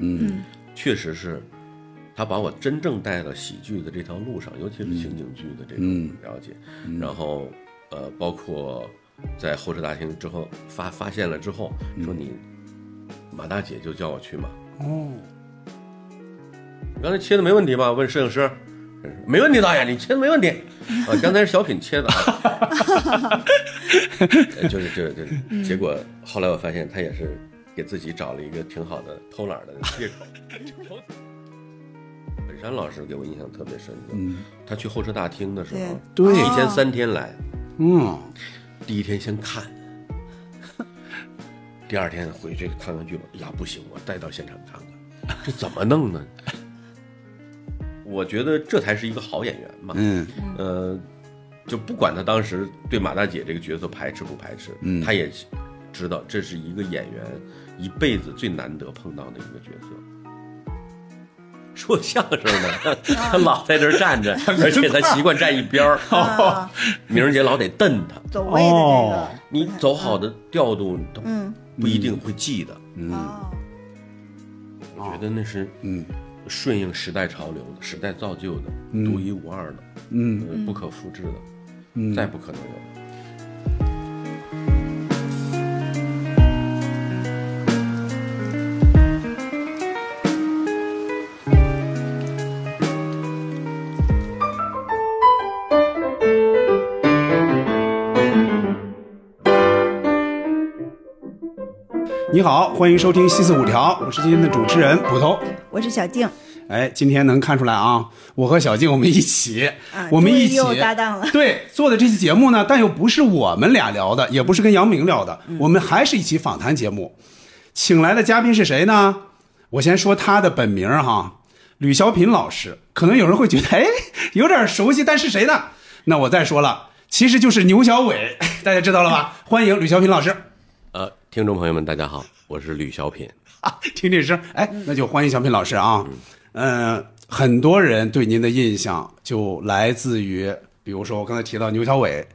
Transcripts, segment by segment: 嗯确实是，他把我真正带到喜剧的这条路上，尤其是情景剧的这种嗯了解，然后呃，包括在候车大厅之后发发现了之后，嗯说你马大姐就叫我去嘛，哦，你刚才切的没问题吧？问摄影师，没问题，导演，你切的没问题。啊，刚才是小品切的啊，呃就是就是就是，结果后来我发现他也是给自己找了一个挺好的偷懒的借口。本山老师给我印象特别深刻，嗯他去候车大厅的时候，对提前三天来，嗯，第一天先看，第二天回去看看剧本。哎呀，不行，我带到现场看看，这怎么弄呢？ 我觉得这才是一个好演员嘛。嗯呃，就不管他当时对马大姐这个角色排斥不排斥，嗯他也知道这是一个演员一辈子最难得碰到的一个角色。说相声的，他老在这儿站着，而且他习惯站一边儿。啊， 明儿姐老得瞪他，走位的这个哦，你走好的调度，他嗯，不一定会记得。嗯哦，我觉得那是嗯顺应时代潮流的、时代造就的、嗯独一无二的、嗯呃不可复制的，嗯，再不可能有。你好，欢迎收听西四五条，我是今天的主持人捕头。我是小静，哎，今天能看出来啊，我和小静我们一起，啊我们一起终于又搭档了 对，做的这期节目呢，但又不是我们俩聊的，也不是跟杨明聊的，嗯我们还是一期访谈节目。请来的嘉宾是谁呢？我先说他的本名儿哈，吕小品老师。可能有人会觉得，哎， 有点熟悉，但是谁呢？那我再说了，其实就是牛小伟， 大家知道了吧？欢迎吕小品老师。呃，听众朋友们，大家好，我是吕小品。啊， 听这声，哎，那就欢迎小品老师啊。嗯、很多人对您的印象就来自于，比如说我刚才提到牛小伟，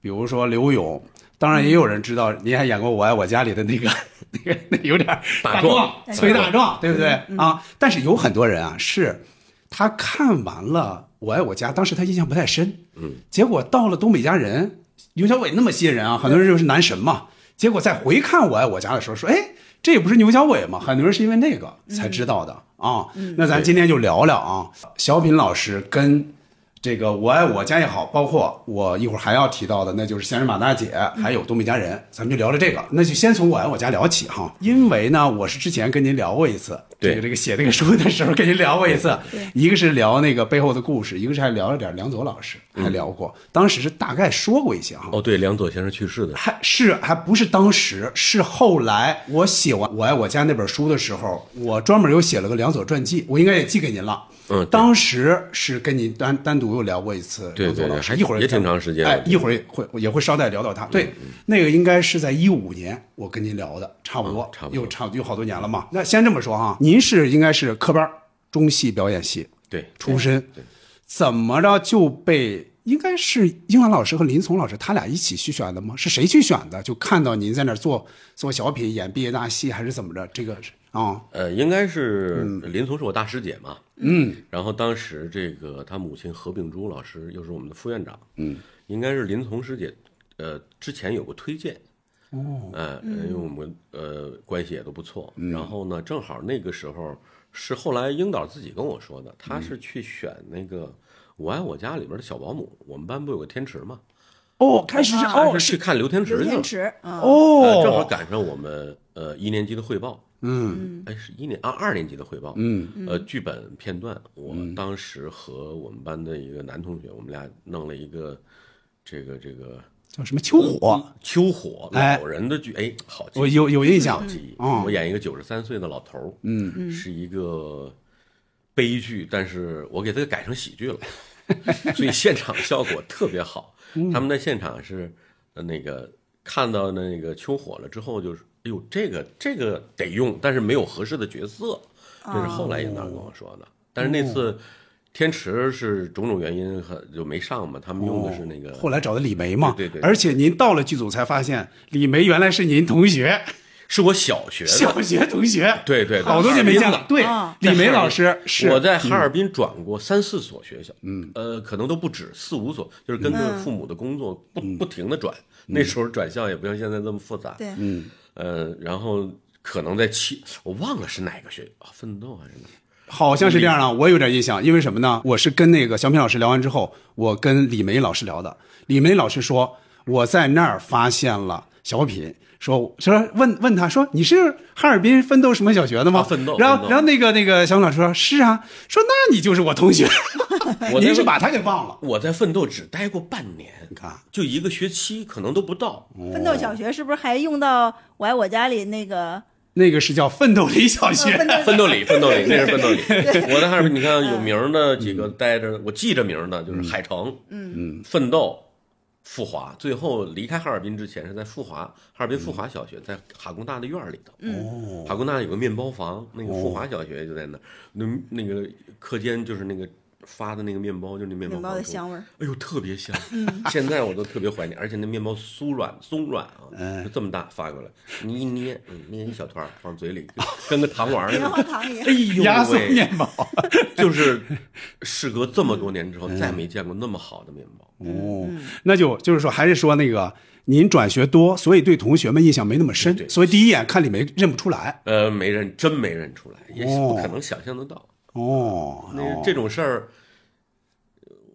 比如说刘勇，当然也有人知道您还演过《我爱我家》里的那个 那个那有点儿打壮壮崔大壮，对不对、啊？但是有很多人啊，是他看完了《我爱我家》，当时他印象不太深，嗯，结果到了《东北家人》，牛小伟那么些人啊，很多人就是男神嘛。结果再回看《我爱我家》的时候，说，哎，这也不是牛小伟嘛，很多人是因为那个才知道的啊。那咱今天就聊聊啊，小品老师跟这个《我爱我家》也好，包括我一会儿还要提到的，那就是《先生马大姐》，还有《东北家人》，咱们就聊聊这个。那就先从《我爱我家》聊起哈，因为呢，我是之前跟您聊过一次，对这个这个写那个书的时候跟您聊过一次对对，一个是聊那个背后的故事，一个是还聊了点梁左老师，还聊过，当时是大概说过一些哈。哦，对，梁左先生去世的时候，还是还不是当时，是后来我写完《我爱我家》那本书的时候，我专门又写了个梁左传记，我应该也寄给您了。嗯对当时是跟您单单独又聊过一次对梁左对对老师，还一会儿也挺咱长时间哎了，嗯一会儿也会也会捎带聊到他。对，那个应该是在一五年我跟您聊的，差不多嗯，差不多又差有好多年了嘛。那先这么说哈，您是应该是科班儿中戏表演系对，出身，怎么着就被应该是英兰老师和林丛老师他俩一起去选的吗？是谁去选的？就看到您在那儿做做小品、演毕业大戏，还是怎么着？这个是啊，呃，应该是林丛是我大师姐嘛。嗯。然后当时这个他母亲何秉珠老师又是我们的副院长。嗯。应该是林丛师姐，呃，之前有过推荐。哦。嗯呃，因为我们呃关系也都不错。然后呢，正好那个时候是后来英导自己跟我说的，他是去选那个《我爱我家》里边的小保姆。我们班不有个天池嘛？哦，开始是他哦啊是去是看刘天池刘去了天。池，啊，呃，正好哦，赶上我们呃一年级的汇报，嗯哎，是一年啊二年级的汇报，嗯，呃，剧本片段，我当时和我们班的一个男同学，我们俩弄了一个这个这个叫什么秋火？秋火哎老人的剧，哎，好记我忆，有有印象好，记忆，嗯我演一个九十三岁的老头儿，嗯，是一个悲剧，但是我给他改成喜剧了， 所以现场效果特别好。嗯他们在现场是呃那个看到那个秋火了之后，就是哎呦，这个这个得用，但是没有合适的角色，这是后来尹哦导跟我说的。但是那次天池是种种原因和就没上嘛，他们用的是那个哦后来找的李梅嘛，对对对而且您到了剧组才发现李梅原来是您同学，是我小学的小学同学，对对对好多年没见了。对哦，李梅老师是嗯我在哈尔滨转过三四所学校，嗯，呃，可能都不止四五所，就是跟着父母的工作不、嗯不停的转。那时候转校也不像现在这么复杂，对，嗯呃，然后可能在七，我忘了是哪个学啊，奋斗还是哪？好像是这样啊，我有点印象，因为什么呢？我是跟那个小品老师聊完之后，我跟李梅老师聊的。李梅老师说我在那儿发现了小品，说说问问他说你是哈尔滨奋斗什么小学的吗？啊奋斗然奋后斗然后那个那个小品老师说是啊，说那你就是我同学， 我在您是问把他给忘了。我在奋斗只待过半年，你看，就一个学期，可能都不到。奋斗小学是不是还用到我爱我家里 那个那个是叫奋斗里小呃奋学，斗奋斗 里，奋斗里，那是奋斗里。 我在哈尔滨，你看有名儿的几嗯个待着，我记着名儿的，就是海城，嗯，奋斗，富华。最后离开哈尔滨之前是在富华，哈尔滨富嗯华小学，在哈工大的院儿里头。嗯，哈工大有个面包房，那个富哦华小学就在那儿。那那个课间就是那个发的那个面包，就是那面包面包房的出香味儿？哎呦，特别香！ 现在我都特别怀念，而且那面包酥软松软啊，就这么大发过来，你一捏，嗯捏一小团儿放嘴 里，跟个糖丸儿似棉花的。糖一哎样。呦压缩喂！面 包。就是事隔这么多年之后，再没见过那么好的面包。哦，那就就是说，还是说那个您转学多，所以对同学们印象没那么深，对所以第一眼看李梅认不出来。呃，没认，真没认出来，也不可能想象得到。哦，那这种事儿，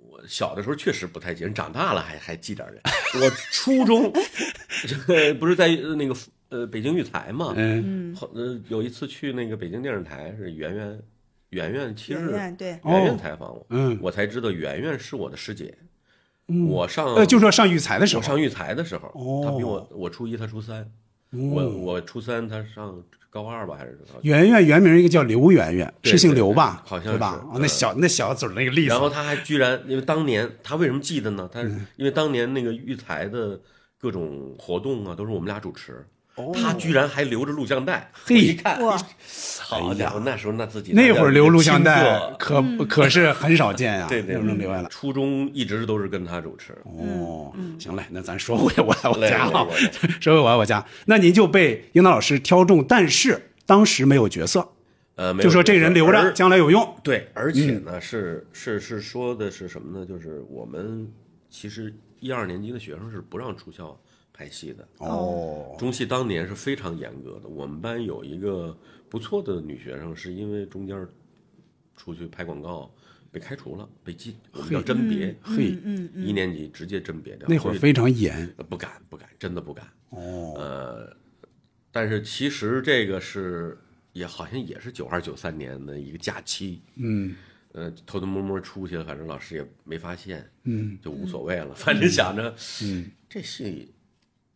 我小的时候确实不太记，人长大了还还记点儿人。我初中 这个不是在呃那个呃北京育才嘛，嗯，后呃有一次去那个北京电视台是圆圆圆圆七圆日圆对圆哦圆采访我，嗯我才知道圆圆是我的师姐。我上呃，就说上育才的时我候，上育才的时候，哦她比我我初一，她初三，嗯我我初三，她上高二吧还是高？圆圆原名一个叫刘圆圆，对是姓刘吧？对好像是对吧？嗯哦，那小那小嘴儿那个例子然，后她还居然因为当年她为什么记得呢？她嗯因为当年那个育才的各种活动啊，都是我们俩主持。哦她居然还留着录像带，我一看，哇，好家伙，那时候那自己那会儿留录像青带涩可可是很少见啊 呀，对对，嗯能不能留下来？初中一直都是跟他主持，哦，行嘞，那咱说回我爱我来家来啊我家， 说回我爱我家，那您就被英达老师挑中，但是当时没有角色，呃，没有就嗯说这人留着而将来有用。对，而且呢，是是是说的是什么呢？就是我们其实一二年级的学生是不让出校拍戏的，哦，中戏当年是非常严格的。我们班有一个不错的女学生，是因为中间出去拍广告被开除了，被记，我们叫甄别，嘿，一年级直接甄别掉。嗯那会儿所以非常严，呃不敢，不敢，真的不敢。哦，呃，但是其实这个是也好像也是九二九三年的一个假期，嗯，呃，偷偷摸摸出去了，反正老师也没发现，嗯，就无所谓了，反正想着，嗯，这戏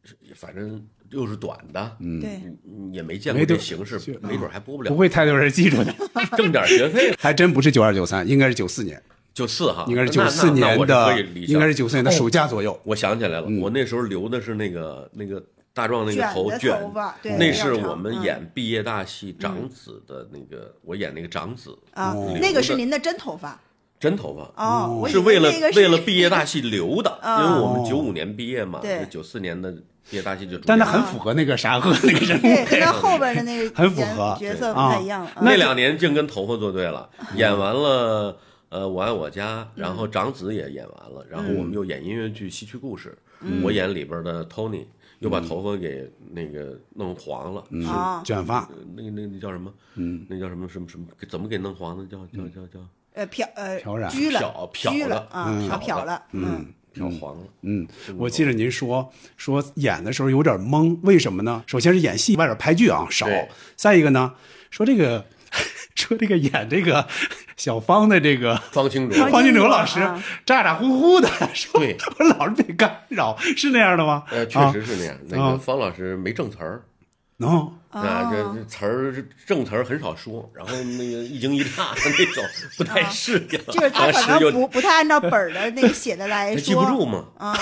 是反正又是短的，嗯，对，也没见没过得这形式，没准还播不不了，会太多人记住的，挣点学费。还真不是九二九三，应该是九四年，九四哈，应该是那九四那那年我的可以，理解哦应该是九四年的暑假左右。我想起来了，嗯我那时候留的是那个那个大壮那个头卷的卷头发对那比较是长我们嗯演毕业大戏长子的那个，我演那个长子啊留，那个是的您的真头发真头发，哦，我以嗯是为了那个是嗯为了毕 业大戏留的，因为我们哦九五年毕业嘛，对九四年的毕业大戏就出但它现了很符合那个啥和那个人物对，跟他后边的那个 很符合角色不啊太一样了。那两年竟跟头发作对了，嗯 演完了呃我爱我家，然后长子也演完了，然后我们嗯又演音乐剧《西区故事》，我演里边的 Tony。又嗯把头发给那个弄黄了，是啊，卷发，呃那个那个那叫什么？嗯，那叫什么什么什么？给怎么给弄黄的？叫嗯叫叫叫呃，漂呃，漂染拘漂了，漂拘了了啊嗯，漂漂漂了了，嗯，漂黄了。嗯，我记得您说说演的时候有点懵，为什么呢？首先是演戏，外边拍剧啊少对，再一个呢，说这个 说这个演这个小芳的这个方清方卓，方金金柳柳老师啊咋咋呼呼的，说对我老是被干扰，是那样的吗？呃，确啊，实是那样。那啊个方老师没正词儿能哦啊，这这词儿正词儿很少说，然后那个一惊一乍的那种， 不太适应。哦就是当他反时正就不不太按照本儿的那个写的来 他说，记不住嘛，啊，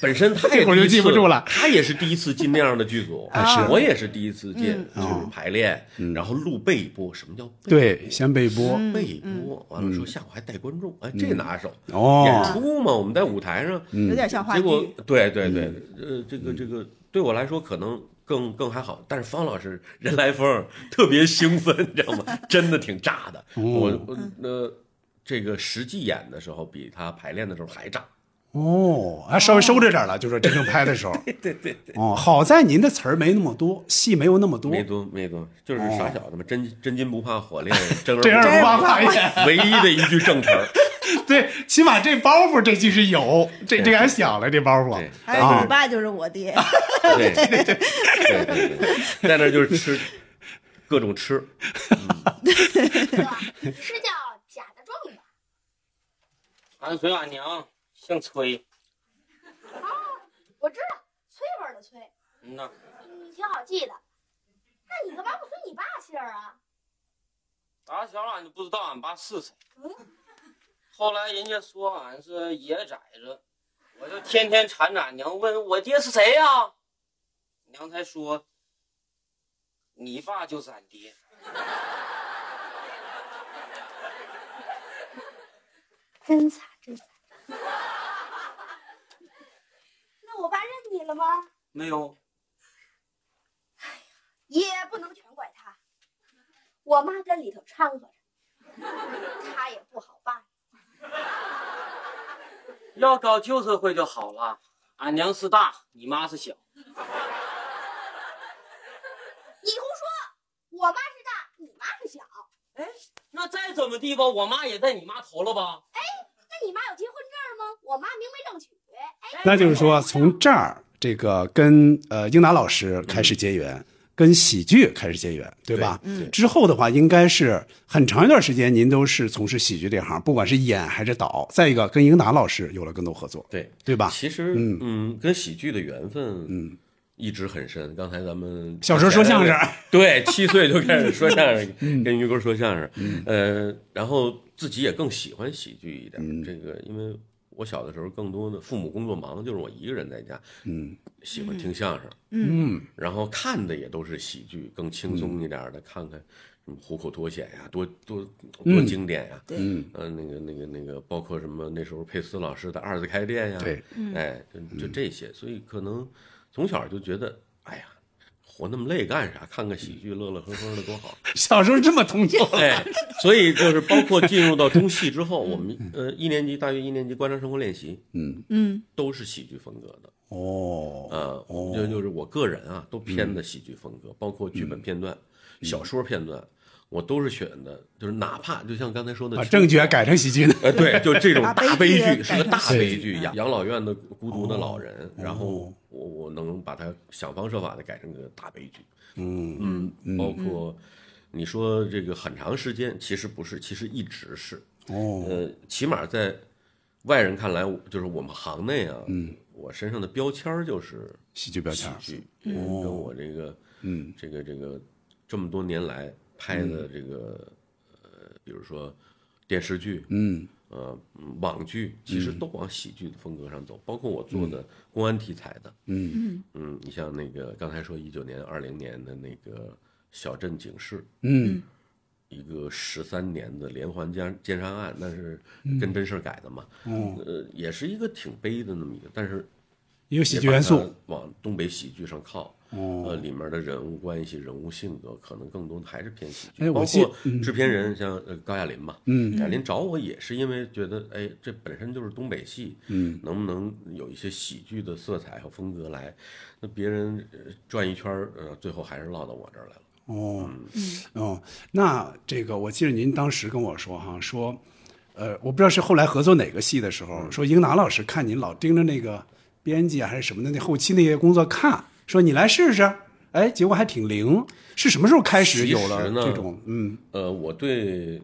本身他也这会儿就第一次记不住了他也是第一次进那样的剧组，是我也是第一次进，嗯就是排练，嗯然后录背播。什么叫背对，先被嗯播，背播，完了说下午还带观众，哎，这拿手哦演出嘛，我们在舞台上，有点像话结果剧，嗯对对对，呃，这个这个对我来说可能更更还好，但是方老师人来疯儿，特别兴奋， 你知道吗？真的挺炸的。我我嗯呃，这个实际演的时候比他排练的时候还炸。哦，还稍微收着点了，就是真正拍的时候。 对对对，哦，好在您的词儿没那么多，戏没有那么多，没多没多，就是傻小子嘛，真真金不怕火炼，哦 真这样不不怕怕 怕也。唯一的一句正词儿。对，起码这包袱这句是有，这这对个还响了这包袱啊对。还有哎你爸就是我 爹，对对对对对，在那儿就是吃各种吃， 是叫假的状吧？俺随俺娘姓崔，我知道，崔味儿的崔，嗯呐，你挺好记的。那你干嘛不随你爸姓儿啊？打小俺就不知道俺爸是谁，后来人家说俺是野崽子，我就天天缠着俺娘问我爹是谁呀、娘才说，你爸就是俺爹。真惨，真惨。 那我爸认你了吗？没有，也不能全怪他，我妈跟里头掺和着，他也不好办。要搞旧社会就好了，俺娘是大，你妈是小。你胡说，我妈是大，你妈是小，那再怎么地吧，我妈也在你妈头了吧？那你妈有结婚证吗？我妈明媒正娶。哎，那就是说，从这儿这个跟呃英达老师开始结缘，跟喜剧开始结缘，对吧？嗯嗯对对之后的话，应该是很长一段时间，您都是从事喜剧这行，不管是演还是导。再一个，跟英达老师有了更多合作，对对吧？其实嗯嗯，跟喜剧的缘分嗯一直很深。刚才咱们小时候说相声，嗯对，七岁就开始说相声，跟于哥说相声，呃，然后自己也更喜欢喜剧一嗯点。这个因为我小的时候更多的父母工作忙，就是我一个人在家，嗯，喜欢听相声，嗯，然后看的也都是喜剧，更轻松一点的，看看什么虎口脱险呀、多多多嗯经典呀、对嗯，呃，那个那个那个，包括什么那时候佩斯老师的二次开店呀、对，嗯哎，嗯就就这些，所以可能从小就觉得，哎呀，活那么累干啥？看个喜剧，乐乐呵呵的多 好。小时候这么通透，哎，所以就是包括进入到中戏之后，我们呃一年级、大学一年级观察生活练习嗯，嗯，都是喜剧风格的。哦，嗯呃，就就是我个人啊，都偏的喜剧风格，包括剧本片段、小说片段，我都是选的，就是哪怕就像刚才说的把情正觉改成喜剧呢，呃，对，就这种大大悲悲剧剧啊是个大悲剧，养养老院的孤独的老人，然哦后我我能把它想方设法的改成个大悲剧，嗯嗯，包括你说这个很长时间，其实不是，其实一直是，哦，呃，起码在外人看来，我就是我们行内啊，嗯，我身上的标签儿就是喜剧标签喜儿，剧，嗯跟我这个哦嗯，这个这个这么多年来拍的这个呃，比如说电视剧，嗯，呃，嗯网剧其实都往喜剧的风格上走，包括我做的公安题材的，嗯嗯，你像那个刚才说一九年、二零年的那个小镇警示，嗯一个十三年的连环奸奸杀案，那是嗯跟真事儿改的嘛，哦呃，也是一个挺悲的那么一个，但是也有喜剧元素，，哦往东北喜剧上靠。呃，里面的人物关系、人物性格，可能更多的还是偏喜剧。哎我包记括制片人像呃高亚麟嘛，嗯，贾玲找我也是因为觉得，哎，这本身就是东北戏，嗯，能不能有一些喜剧的色彩和风格来？那别人呃转一圈儿，呃，最后还是落到我这儿来了。哦，哦，那这个我记得您当时跟我说哈，说，呃，我不知道是后来合作哪个戏的时候，说英达老师看您老盯着那个编辑啊还是什么的那后期那些工作看，说你来试试，哎，结果还挺灵，是什么时候开始有其了实呢这种嗯呃，我对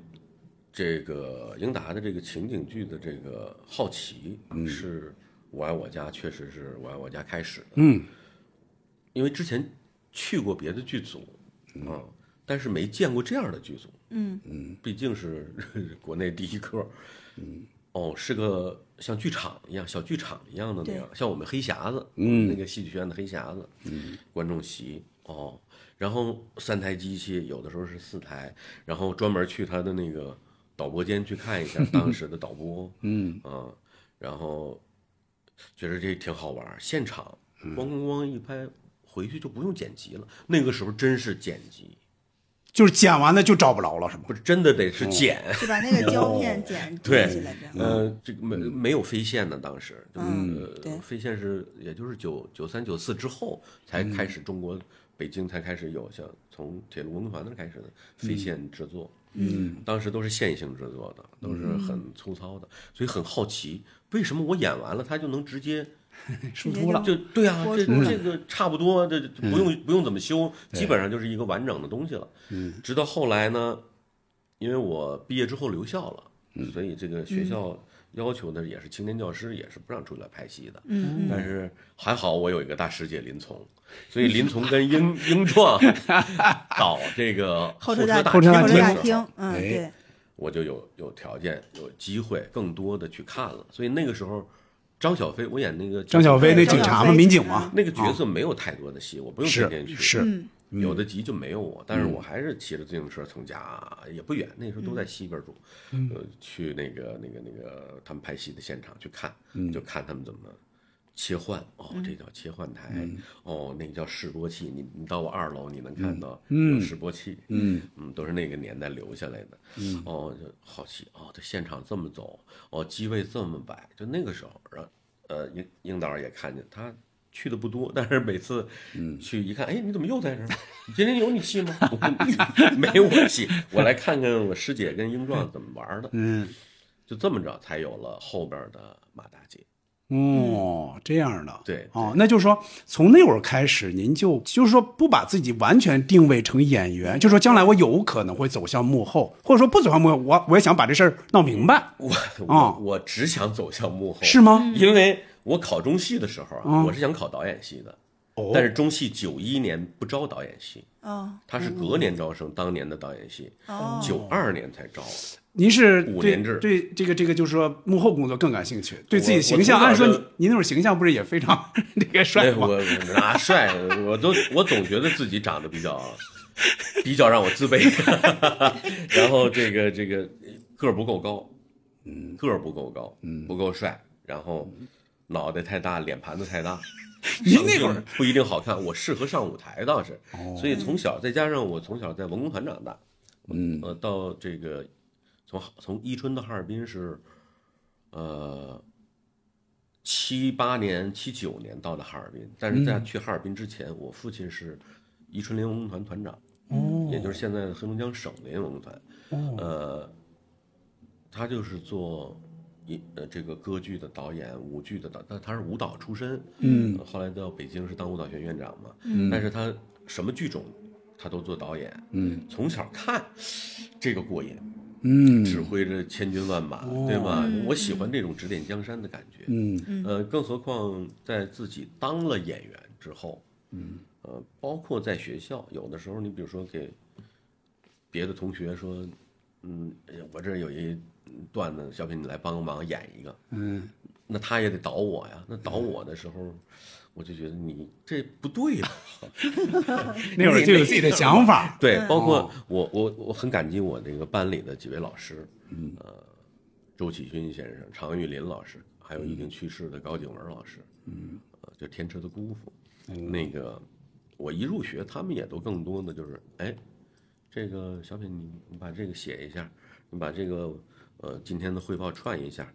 这个英达的这个情景剧的这个好奇，嗯是我爱我家，确实是我爱我家开始的。嗯因为之前去过别的剧组，啊，但是没见过这样的剧组，嗯嗯，毕竟是 国内第一个，嗯，哦，是个像剧场一样、小剧场一样的那样，像我们黑匣子，嗯，那个戏剧学院的黑匣子，嗯，观众席，哦，然后三台机器，有的时候是四台，然后专门去他的那个导播间去看一 下当时的导播，嗯啊，嗯然后觉得这挺好玩儿，现场咣咣咣一拍，回去就不用剪辑了。那个时候真是剪辑，就是剪完了就找不着了，是吗？不是真的得是剪。是把那个胶片剪对起来这样。 呃，这个没没有飞线呢，当时，嗯呃对飞线是也就是九九三九四之后才开始中国北京才开始有像从铁路文工团那开始的飞线制作，嗯，当时都是线性制作的，都是很粗糙的，所以很好奇为什么我演完了它就能直接哎输出了，就对啊，播这出来这个差不多，这这不嗯用不用怎么修，基本上就是一个完整的东西了。嗯，直到后来呢，因为我毕业之后留校了，嗯所以这个学校要求呢也是青年教师也是不让出来拍戏的。嗯但是还好我有一个大师姐林从，所以林从跟 英英创导这个后车车大后车大大厅后车的大时候厅，嗯，哎对，我就有有条件有机会更多的去看了。所以那个时候，张小飞我演那个张小飞那张警小察飞嘛，民警警嘛察，那个角色没有太多的戏，我不用天天去。是是，嗯，有的集就没有我，但是我还是骑着自行车从家也不远，那时候都在西边住，呃，去那个那个那个他们拍戏的现场去看，就看他们怎么切换。哦，这叫切换台，哦，那个叫示波器。你你到我二楼，你能看到有示波器，嗯都是那个年代留下来的。哦，就好奇哦，这现场这么走，哦，机位这么摆，就那个时候，然后呃，英英导也看见他。去的不多，但是每次嗯去一看，哎，你怎么又在这儿？ 你今天有你戏吗？我说没 我戏，我来看看我师姐跟英壮怎么玩的。嗯，就这么着，才有了后边的马大姐。哦，这样的，对哦，那就是说从那会儿开始，您就就是说不把自己完全定位成演员，就说将来我有可能会走向幕后，或者说不走向幕后，我我也想把这事儿闹明白，我哦我我只想走向幕后，是？吗？因为我考中戏的时候啊，嗯我是想考导演系的，哦，但是中戏九一年不招导演系，哦他是隔年招生，当年的导演系，哦，九二年才招。您是五对年制对这个这个就是说幕后工作更感兴趣，对自己我形象，我从小按说就你您那会儿形象不是也非常 这个帅哎，吗？我我哪帅？我都我总觉得自己长得比较比较让我自卑， 然后这个这个个儿不够高，嗯，个儿不够高，嗯，不够帅，然后脑袋太大，脸盘子太大，您那会上儿哦镜不一定好看。我适合上舞台倒是，所以从小再加上我从小在文工团长大，嗯，呃，到这个从从伊春到哈尔滨是，呃，七八年、七九年到的哈尔滨，但是在嗯去哈尔滨之前，我父亲是伊春林文工团团长，哦也就是现在的黑龙江省林文工团，呃，他就是做一呃这个歌剧的导演、舞剧的导，但他是舞蹈出身，嗯，后来到北京是当舞蹈学院院长嘛，嗯，但是他什么剧种他都做导演，嗯，从小看这个过瘾，嗯指挥着千军万马，对吧？我喜欢这种指点江山的感觉。嗯呃，更何况在自己当了演员之后，嗯，呃，包括在学校，有的时候你比如说给别的同学说，嗯，哎呀我这有一段子，小品你来帮个忙演一个，嗯，那他也得导我呀。那导我的时候，我就觉得你这不对呀、那会儿就有自己的想法，对，包括我，我我很感激我这个班里的几位老师，嗯，呃，周启勋先生、常玉林老师，还有已经去世的高景文老师，嗯，哎呃，就天车的姑父，那个我一入学，他们也都更多的就是，哎，这个小品你你把这个写一下，你把这个呃今天的汇报串一下，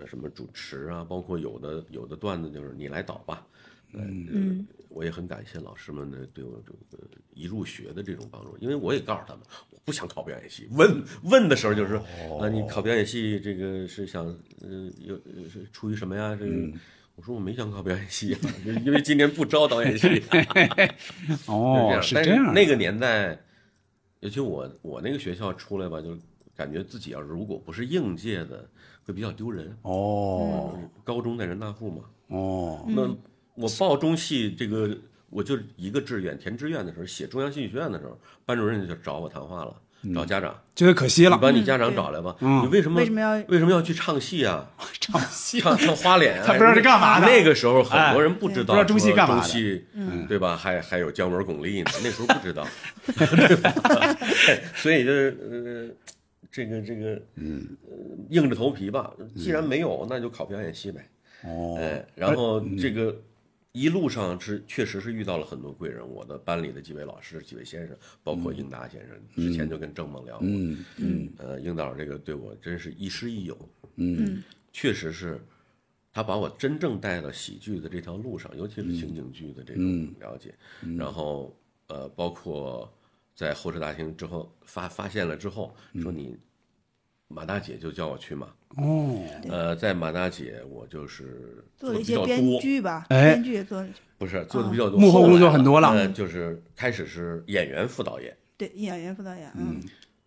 呃什么主持啊，包括有的有的段子就是你来导吧，嗯我也很感谢老师们的对我这个一入学的这种帮助，因为我也告诉他们，我不想考表演系。问问的时候就是说，哦啊，你考表演系这个是想，呃，有呃是出于什么呀？这个、嗯我说我没想考表演系、啊， 就是因为今年不招导演 系、哦，是是这样。但这样，那个年代，尤其我我那个学校出来吧，就感觉自己要是如果不是应届的，会比较丢人。哦高中在人大附嘛，哦，那我报中戏这个，我就一个志愿填志愿的时候，写中央戏剧学院的时候，班主任就找我谈话了，找家长，觉得可惜你了，把你家长找来吧，嗯你为什么为什么要为什么要去唱戏啊？ 唱戏唱唱花脸啊，他不知道是干嘛的那个时候很多人不知道，哎不知道中戏干嘛的嗯中戏，对吧？还还有姜文、巩俐呢，那时候不 知道，对吧？哎所以就是呃，这个这个，嗯，硬着嗯头皮吧。既然没有，那就考表演系呗。哦，哎，然后这个一路上是确实是遇到了很多贵人，我的班里的几位老师、几位先生，包括英达先生，之前就跟郑梦聊过，嗯嗯呃，英达老师这个对我真是亦师亦友，嗯确实是他把我真正带到喜剧的这条路上，尤其是情景剧的这种了解，嗯然后呃，包括在候车大厅之后发发现了之后，说你马大姐就叫我去嘛，哦，呃，在马大姐我就是做了的一比些较编多，剧吧，哎编剧也做了，不是做的比较多，幕后工作来很多了呃，就是开始是演员、副导演、对演员副导演，嗯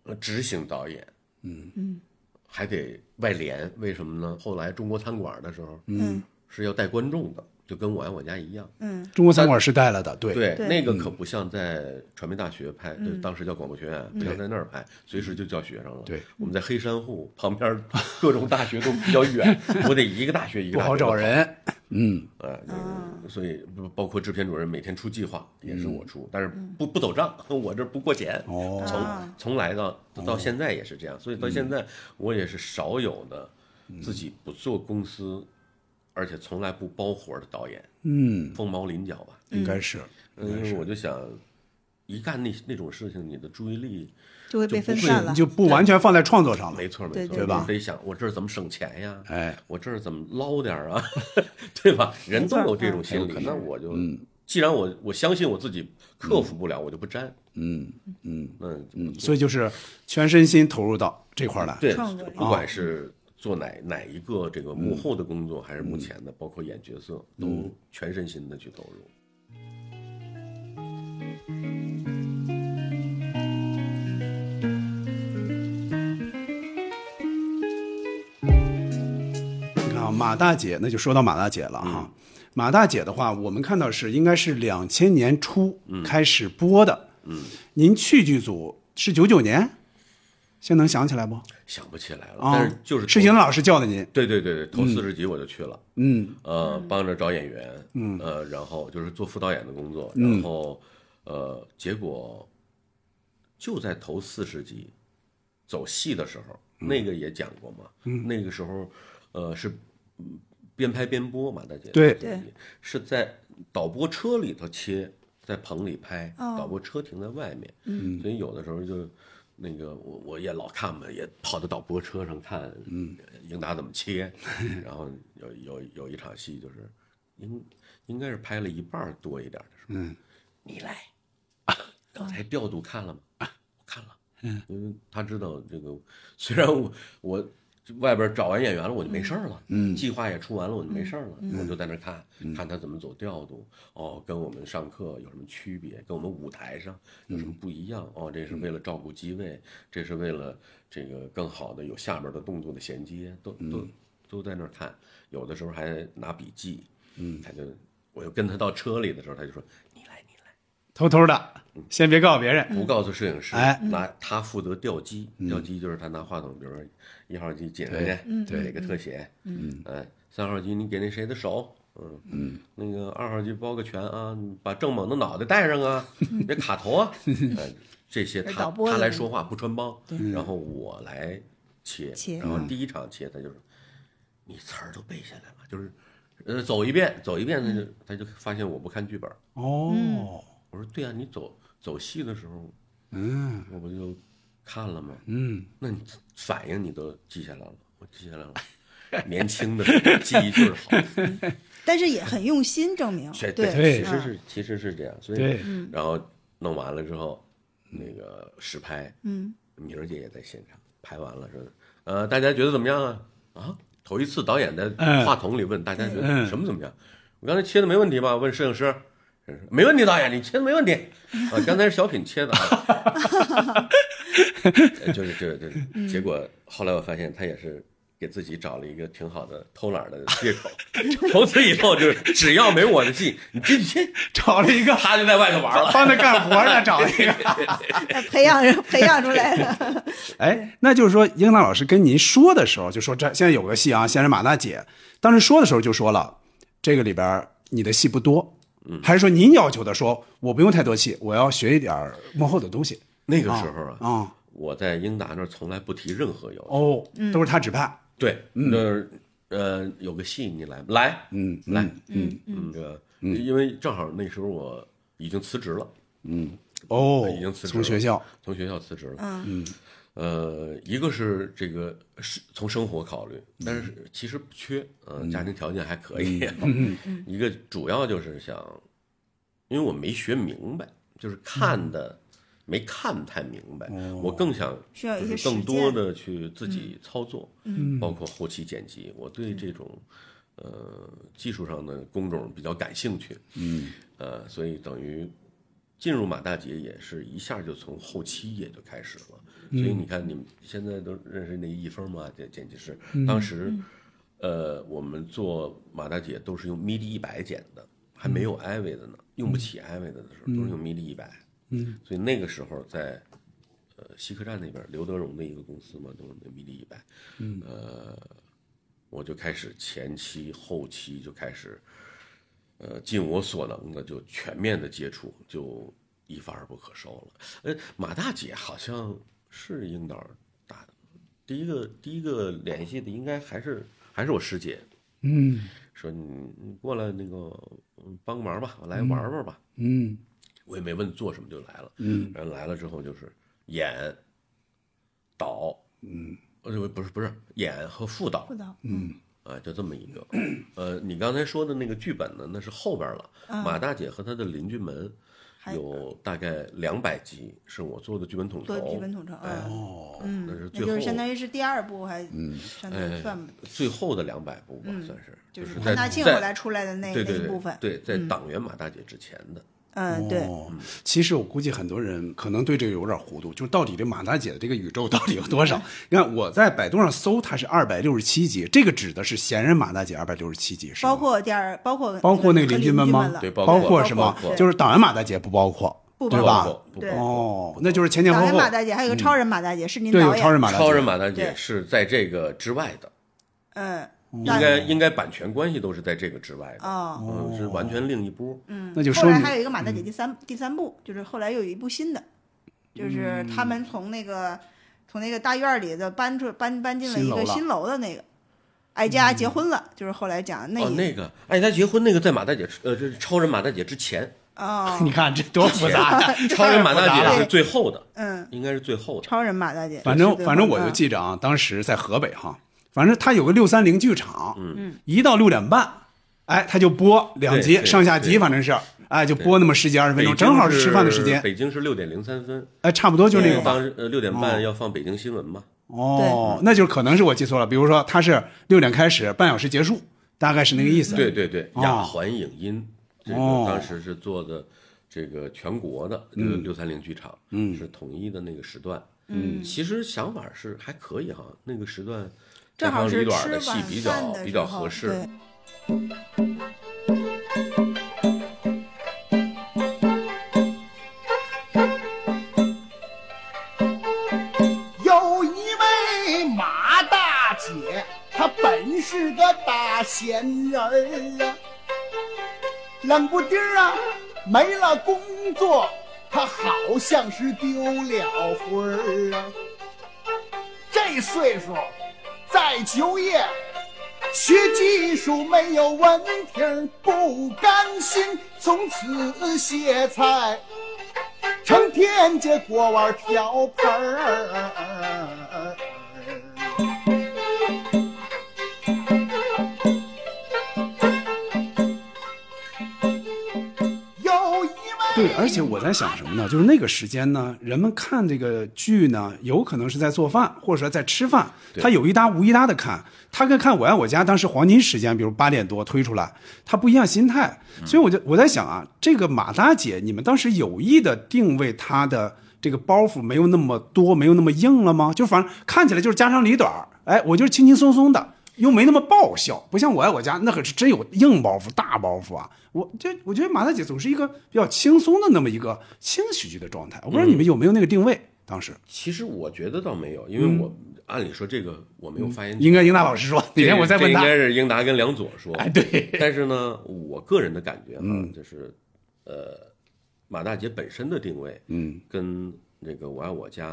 呃执行导演，嗯还得外联，为什么呢？后来中国餐馆的时候嗯是要带观众的，就跟我爱我家一样。嗯中国餐馆是带了的，对对，嗯对嗯那个可不像在传媒大学拍，对，当时叫广播学院，不像在那儿拍，随时就叫学生了。对，我们在黑山户旁边，各种大学都比较远， 我得一个大学一个不大学好找地跑人，嗯，呃，就是所以不包括制片主任每天出计划也是嗯我出，但是不不走账， 我这不过钱。哦嗯从啊从来到到现在也是这样，所以到现在我也是少有的自己不做公司，而且从来不包活的导演，嗯，凤毛麟角吧。应该是，嗯因为我就想，一干那那种事情，你的注意力，就会被就不分会散了你，就不完全放在创作上了没，错没对错，对你对得想我这儿怎么省钱呀？哎，我这儿怎么捞点儿啊？ 对吧？人都有这种心理，那我就，嗯既然我我相信我自己克服不了，我就不沾。嗯嗯那嗯，所以就是全身心投入到这块儿来，对创作力，不管是做哪哪一个这个幕后的工作，还是目前的，包括演角色，都全身心的去投入。你看啊，马大姐，那就说到马大姐了哈。嗯马大姐的话，我们看到是应该是两千年初嗯开始播的。嗯，您去剧组是九九年，现在能想起来不？想不起哦来了，嗯啊，但是就是是投英老师叫的您。对对对对，头四十集我就去了。嗯呃，帮着找演员，嗯，呃，然后就是做副导演的工作，然后，呃，结果就在头四十集走戏的时候，那个也讲过嘛，那个时候，呃，是嗯边拍边播嘛，大姐，对这个集，是在导播车里头切，在棚里拍，哦导播车停在外面，所以有的时候就。那个我我也老看嘛，也跑到导播车上看，嗯，英达怎么切，然后有有有一场戏就是应应该是拍了一半儿多一点儿的时候，嗯，你来，刚才调度看了吗？啊我看了，嗯，因为他知道这个，虽然我我外边找完演员了，我就没事儿了，嗯，计划也出完了，我就没事儿了，我就在那儿看看他怎么走调度，哦，跟我们上课有什么区别，跟我们舞台上有什么不一样？哦，这是为了照顾机位，这是为了这个更好的有下面的动作的衔接，都都都在那儿看，有的时候还拿笔记，嗯，他就我又跟他到车里的时候，他就说你来你来。偷偷的，嗯先别告诉别人。不告诉摄影师，哎拿他负责调机，调机就是他拿话筒，比如说一号机紧上去，嗯对，给个特写，嗯，哎，三号机你给那谁的手，嗯嗯，那个二号机包个拳啊，你把郑猛的脑袋带上 啊，别卡头 啊，哎，这些导他播他的来那说话不穿帮，然后我来切，切然后第一场切他就是你词儿都背下来了，就是呃走一遍走一遍，他就嗯他就发现我不看剧本，哦，我说对啊，你走走戏的时候，嗯我不就看了吗？嗯，那你反应你都记下来了，我记下来 了。年轻的时候记忆就是好，但是也很用心，证明啊确对嗯其实是其实是这样，所以对然后弄完了之后，那个实拍，嗯，明儿姐也在现场拍完了，说呃大家觉得怎么样啊？啊，头一次导演在嗯话筒里问大家觉嗯得什么怎么样？我刚才切的没问题吧？问摄影师，摄影师没问题，导演你切的没问题啊，刚才是小品切的啊。 呃就是就是嗯就是，结果后来我发现他也是给自己找了一个挺好的偷懒的借口，从此以后就是只要没我的戏，你进去切，找了一个他就在外头玩了。帮着干活的，找了一个。哎培养人培养出来了， 哎，那就是说，英达老师跟您说的时候，就说这现在有个戏啊，先是马大姐，当时说的时候就说了，这个里边儿你的戏不多，嗯还是说您要求的说，我不用太多戏，我要学一点儿幕后的东西 那个时候啊，啊、哦我在英达那儿从来不提任何要求。哦，都是他指派，对，那呃，有个戏你来不来？嗯，来，嗯嗯，嗯，呃，因为正好那时候我已经辞职了，哦，哎已经辞职从了学校，从学校辞职了。嗯呃，一个是这个是从生活考虑，但是其实不缺，嗯、家庭条件还可以。啊 嗯一个主要就是想，因为我没学明白，就是看的、没看太明白，我更想需要一些嗯就是更实践多的去自己操作，包括后期剪辑，我对嗯这种。呃，技术上的工种比较感兴趣，嗯，呃，所以等于进入马大姐也是一下就从后期也就开始了。所以你看，你们现在都认识那易峰嘛，剪剪辑师，当时，呃，我们做马大姐都是用 MIDI 一百剪的，还没有艾维的呢，用不起艾维的的时候，都是用 MIDI 一百。嗯，所以那个时候在。呃，西客站那边刘德荣的一个公司嘛，都是那 MIDI 一百，嗯，呃，我就开始前期、后期就开始，呃，尽我所能的就全面的接触，就一发而不可收了。呃，马大姐好像是英导打的，第一个第一个联系的应该还是还是我师姐，嗯说你你过来那个嗯帮个忙吧，我来玩玩吧。嗯我也没问做什么就来了，嗯，然后来了之后就是演、导，嗯，呃不是不是演和副导不，道，啊，就这么一个。呃，你刚才说的那个剧本呢，那是后边了。马大姐和她的邻居们嗯还有大概两百集，是我做的剧本统筹做。剧本统筹，哎嗯，哦，嗯那是那最就是后嗯相当于是第二部，还相当于算吧，哎最后的两百部吧，算是就是潘在大庆在后来出来的那对那对一对部分，对，在党员马大姐之前的。嗯，对，哦，其实我估计很多人可能对这个有点糊涂，就是到底这马大姐的这个宇宙到底有多 少？你看我在百度上搜，它是二百六十七集，这个指的是闲人马大姐二百六十七集，是吗包括第二，包括包括那个邻居们吗？了对包括包括什么包括？就是党员马大姐不包括，不对包吧括不对包括哦，那就是前前导后演后马大姐，还有个超人马大姐，是您嗯对导有演，超人马大姐，超人马大姐对是在这个之外的，嗯，应应该应该版权关系都是在这个之外的，哦，嗯，是完全另一波。那就后说来明嗯还有一个马大姐第三第三部，就是后来又有一部新的，嗯就是他们从那个从那个大院里的搬出搬搬进了新一楼个了嗯新楼的那个，艾佳结婚了，就是后来讲那哦，一那个艾佳结婚那个在马大姐呃，这是超人马大姐之前，哦，你看这多复 杂呀！超人马 大姐是最后的，嗯，应该是最后的。超人马大姐，反是嗯正最反正后我的就记着啊，当时在河北哈，反正他有个六三零剧场，嗯，一到六点半，哎，他就播两对集对上下集，对反正是，哎，就播那么十几二十分钟，北京正好是吃饭的时间，北京是六点零三分，哎，差不多就那个吧。当时呃六点半要放北京新闻嘛，哦，那就是可能是我记错了，比如说他是六点开始，半小时结束，大概是那个意思。对，对对，哦雅环影音这个哦当时是做的这个全国的就是六三零剧场，嗯，是统一的那个时段，嗯，其实想法是还可以哈，那个时段正好再放是李短吃的戏晚比饭较的比时较候，合适，对，有一位马大姐，她本是个大闲人儿啊，冷不丁儿啊没了工作，她好像是丢了魂儿啊。这岁数再就业，学技术没有文凭，不甘心，从此歇菜。成天这锅碗瓢盆儿。有一位对，而且我在想什么呢？就是那个时间呢，人们看这个剧呢，有可能是在做饭，或者说在吃饭，他有一搭无一搭的看。他跟看《我爱我家》当时黄金时间，比如八点多推出来，他不一样心态。所以我就我在想啊，这个马大姐，你们当时有意的定位她的这个包袱没有那么多，没有那么硬了吗？就反正看起来就是家长里短儿，哎，我就是轻轻松松的。又没那么爆笑，不像我爱我家那可是真有硬包袱、大包袱啊！我这我觉得马大姐总是一个比较轻松的那么一个轻喜剧的状态，我不知道你们有没有那个定位，当时其实我觉得倒没有，因为我按理说这个我没有发言权。嗯应该英达老师说，哪天我再这问应他，该是英达跟梁左说。哎， 对，但是呢，我个人的感觉哈，啊嗯就是，呃，马大姐本身的定位，嗯，嗯跟那个《我爱我家》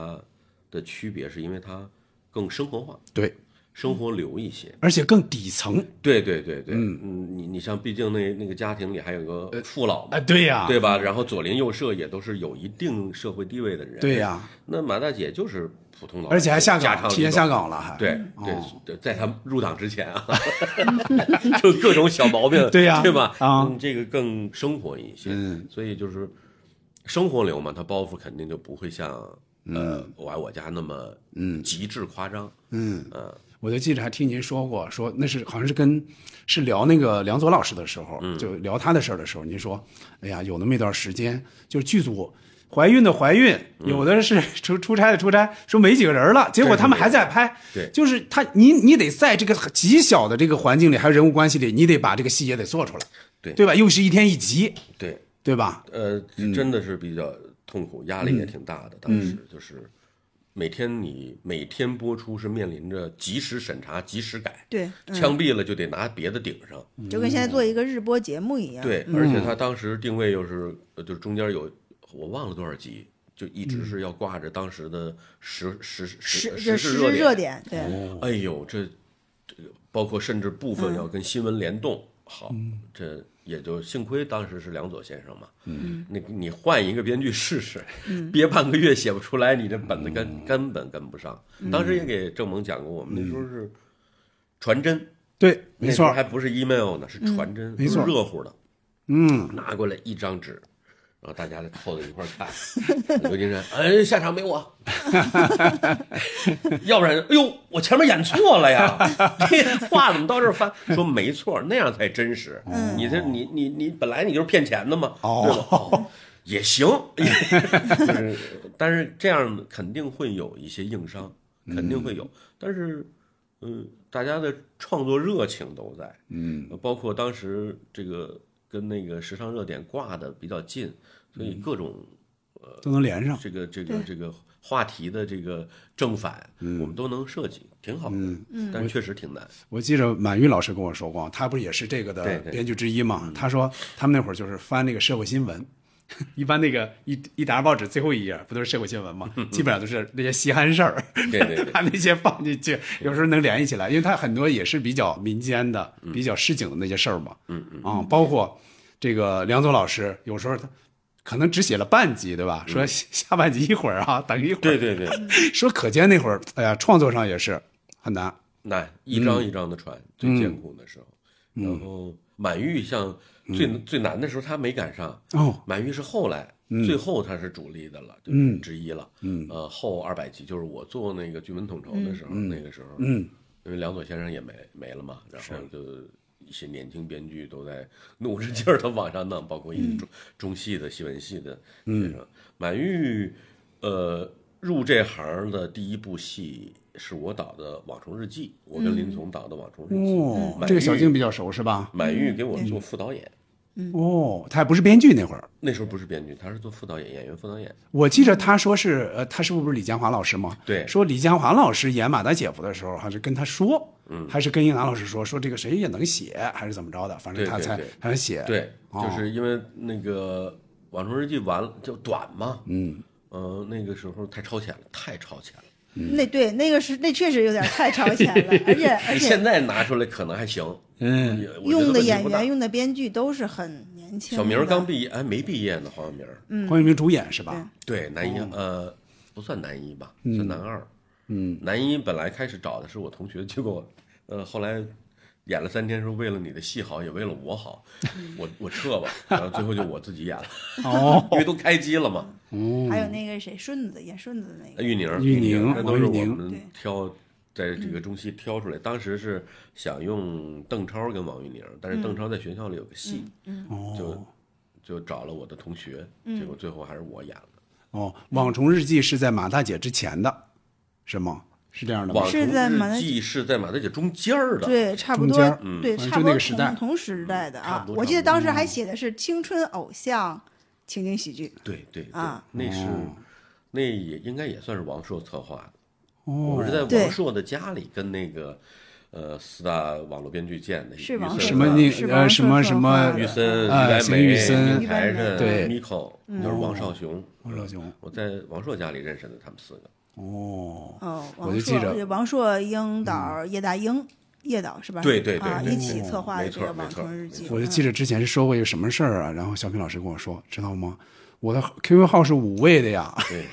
的区别，是因为它更生活化，对，生活流一些。而且更底层。对对对对，嗯，你你像，毕竟那那个家庭里还有个父老嘛哎，，对呀、对吧？然后左邻右舍也都是有一定社会地位的人。对呀、那马大姐就是普通老百姓，而且还下家常岗，里提前下头。岗了，还对对哦对，在他入党之前啊， 就各种小毛病，对呀对吧？啊嗯这个更生活一些，嗯所以就是生活流嘛，他包袱肯定就不会像呃我爱我家那么嗯极致夸张，嗯，嗯我就记着还听您说过，说那是好像是跟是聊那个梁左老师的时候，嗯就聊他的事儿的时候，您说，哎呀，有那么一段时间，就是剧组怀孕的怀孕，嗯有的是出出差的出差，说没几个人了，结果他们还在拍，对就是他你你得在这个极小的这个环境里，还有人物关系里，你得把这个戏也得做出来，对对吧？又是一天一集，对，对吧？呃，嗯真的是比较痛苦，压力也挺大的。当时就是每天你每天播出是面临着及时审查、及时改，对，嗯枪毙了就得拿别的顶上。就跟现在做一个日播节目一样。对，而且他当时定位又是，呃就是中间有我忘了多少集，就一直是要挂着当时的时时嗯时时这事时事热热。点，嗯对，哦哎呦，这这个包括甚至部分要跟新闻联动，好，这也就幸亏当时是梁左先生嘛，嗯，那你换一个编剧试试，嗯憋半个月写不出来，你这本子根根本跟不上。嗯当时也给郑萌讲过，我们那时候是传真，对，没那时候错，还不是 email 呢，是传真，没错都是热乎的，嗯，拿过来一张纸，然后大家凑在一块儿看。 刘金山，哎，下场没我， 要不然，哎呦，我前面演错了 呀，这话怎么到这儿翻？说没错，那样才真实。你这你你你本来你就是骗钱的嘛，哦对吧？ 哦也行，就是但是这样肯定会有一些硬伤，肯定会有。但是，嗯、大家的创作热情都在，呃嗯，包括当时这个跟那个时尚热点挂的比较近，所以各种都能连上，这个这个这个话题的这个正反，我们都能设计，挺好的。嗯，但确实挺 难。我记着满玉老师跟我说过，他不是也是这个对的对嗯编剧之一嘛？他说他们那会儿就是翻那个社会新闻， 一般那个一一沓报纸最后一页不都是社会新闻嘛？基本上都是那些稀罕事儿，嗯对 对对把那些放进去，有时候能联系起来，因为他很多也是比较民间的、嗯比较市井的那些事儿嘛。嗯嗯啊，包括这个梁左老师，有时候他。可能只写了半集，对吧？说下下半集一会儿啊，等一会儿。嗯 对对，说可见那会儿，哎呀，创作上也是很难。难，一张一张的传，最艰苦的时候。然后满玉像最最难的时候，他没赶上。哦，满玉是后来，嗯最后他是主力的了，就是之一了。嗯，呃，后二百集就是我做那个剧本统筹的时候，那个时候，嗯，因为梁左先生也没没了嘛，然后就一些年轻编剧都在努着劲儿的往上弄，包括一嗯些中中戏的、戏文系的学生。满玉，呃，入这行的第一部戏。是我导的《网虫日记》，我跟林丛导的《网虫日记》嗯哦，满这个嗯小嗯玉嗯静比较熟是吧？满玉给我做副导演，哦，他还不是编剧那会儿，那时候不是编剧，他是做副导演，演员副导演。我记着他说是，呃，他是不是李江华老师吗？对说李江华老师演马大姐夫的时候，还是跟他说，嗯还是跟英达老师说，说这个谁也能写，还是怎么着的，反正对他对才对他才写。对，哦就是因为那个《网虫日记》完了就短嘛，嗯，呃，那个时候太超前了，太超前了。那对那个是那确实有点太超前 了，而且而你且现在拿出来可能还行，嗯也，我觉得用的问题演不大员、用的编剧都是很年轻的。小明儿刚毕业，哎，没毕业呢，黄晓明儿，黄晓明主演是吧？对，男一，呃，不算男一吧，算男二。嗯，男一本来开始找的是我同学，结果，呃，后来演了三天，说为了你的戏好，也为了我好，我我撤吧，然后最后就我自己演了，哦， 因为都开机了嘛。嗯还有那个谁顺子演顺子的那哎个，玉宁，玉宁这都是王玉我宁们对嗯挑在这个中戏挑出来。当时是想用邓超跟王玉宁，但嗯是邓超在学校里有个戏，哦就就找了我的同学，嗯结果最后还是我演了。哦，《网虫日记》是在马大姐之前的，是吗？是这样的吗网？是在马虫大日姐记是在马大姐中间儿的，对，差不中多间儿，对，反正差就不那多个时代嗯同同时代的嗯差啊不。多我记差得不多当时还写的是青春偶像情景喜剧，对对对啊，那是那也应该也算是王朔策划的。我哦哦们是，在对王朔的家里跟那个呃四大网络编剧见的，是于王森朔什么那是呃王朔什么策什么划的嗯于森、于啊白邢梅、于森林台于白梅嗯晨、对 Miko，就是王少雄。王少雄我在王朔家里认识的他们四个。哦，哦，我王就记朔，着对王朔、英导、叶大鹰、叶导是吧？嗯对对对啊，对一起策划的没这错个《没网错虫日记》嗯。我就记着之前是说过一个什么事儿啊，然后小品老师跟我说，知道吗？我的 QQ 号是五位的呀，对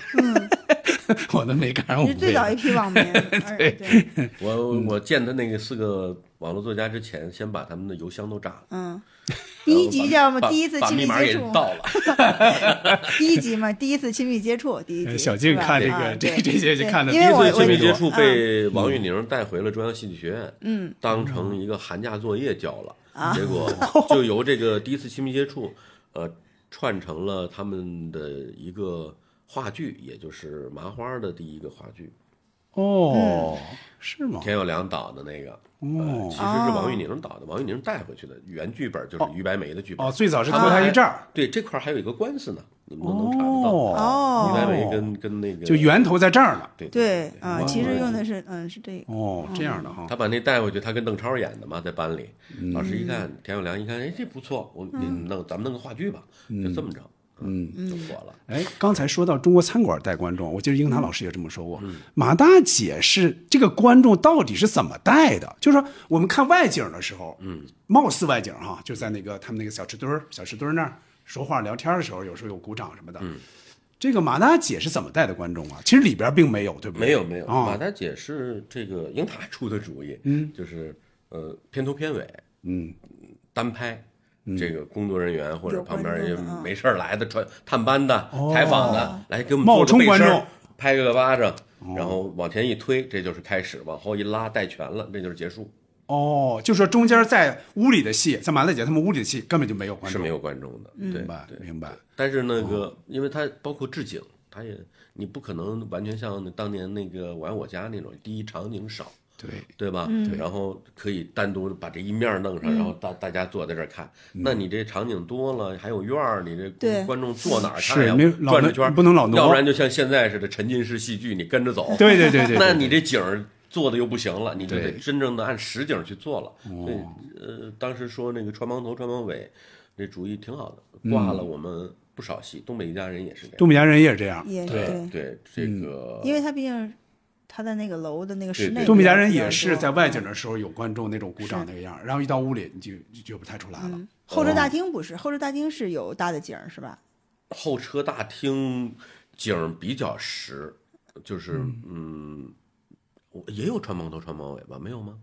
我都没赶上五你是最位早一的。批网民， 而对， 我嗯我见他那个四个网络作家之前，先把他们的邮箱都炸了。嗯，第一集叫什么把第一次把亲密密码接也触，盗了，第一集嘛，第一次亲密接触，第一集。呃小静是吧看这啊个这对这些就 对看得因为第一次我对，亲密没接有我触被王玉宁带回了中央戏剧学院，嗯，啊当成一个寒假作业交了，结 果就由这个第一次亲密接触，呃，串成了他们的一个话剧，也就是麻花的第一个话剧，哦，嗯是吗？田有良导的那个。呃，哦其实是王玉宁导的，王玉宁带回去的原剧本就是于白梅的剧本。哦，最早是拖他一阵儿，对这块儿还有一个官司呢，你们都能查得到。哦于白梅哦跟跟那个就源头在这儿呢。对对啊，哦其实用的是嗯是这个，哦，这样的哈他，把那带回去，他跟邓超演的嘛，在班里，嗯老师一看，田有良一看，哎，这不错，我你弄咱们弄个话剧吧，就这么整，嗯，就火了。哎，刚才说到中国餐馆带观众，我记得英达老师也这么说过。嗯马大姐是这个观众到底是怎么带的？就是说我们看外景的时候，嗯，貌似外景哈，就在那个他们那个小吃墩儿、小吃墩儿那儿说话聊天的时候，有时候有鼓掌什么的。嗯，这个马大姐是怎么带的观众啊？其实里边并没有，对不对？没有没有，马啊，大姐是这个英塔出的主意，嗯，就是呃片头片尾，嗯，单拍。这个工作人员或者有旁观边人众的啊哦没事儿来的传探班的、采访的，来给我们哦冒做个充背观身儿众，哦拍个巴掌，然后往前一推，这就是开始；往后一拉带拳了，这就是结束，哦，就说中间在屋里的戏，在马大姐他们屋里的戏根本就没有观是众，哦没有观众的。嗯对明白对，明白。但是那个，因为它包括置景，它也你不可能完全像当年那个《我爱我家》那种，第一场景少，对，对吧？嗯然后可以单独把这一面儿弄上，然后大大家坐在这儿看。那你这场景多了，还有院儿，你这对观众坐哪儿是看呀没有？老转着挪圈儿不能老挪要不然就像现在似的沉浸式戏剧，你跟着走。对对对对对那你这景儿做的又不行了，你就对哦得真正的按实景儿去做了。所以呃，当时说那个穿帮头穿帮尾，这主意挺好嗯的，挂了我们不少戏。东北一家人也是这样。东北家人也是这样，也对，对，这嗯个因为他毕竟他在那个楼的那个室对内对比较多，嗯东北家人也是在外景的时候有观众那种鼓掌那个样儿，然后一到屋里你就就觉不太出来了。候嗯车大厅不是，候车大厅是有大的景儿是吧？候车大厅景儿比较实，就是嗯，我也有穿帮头穿帮尾吧？没有吗？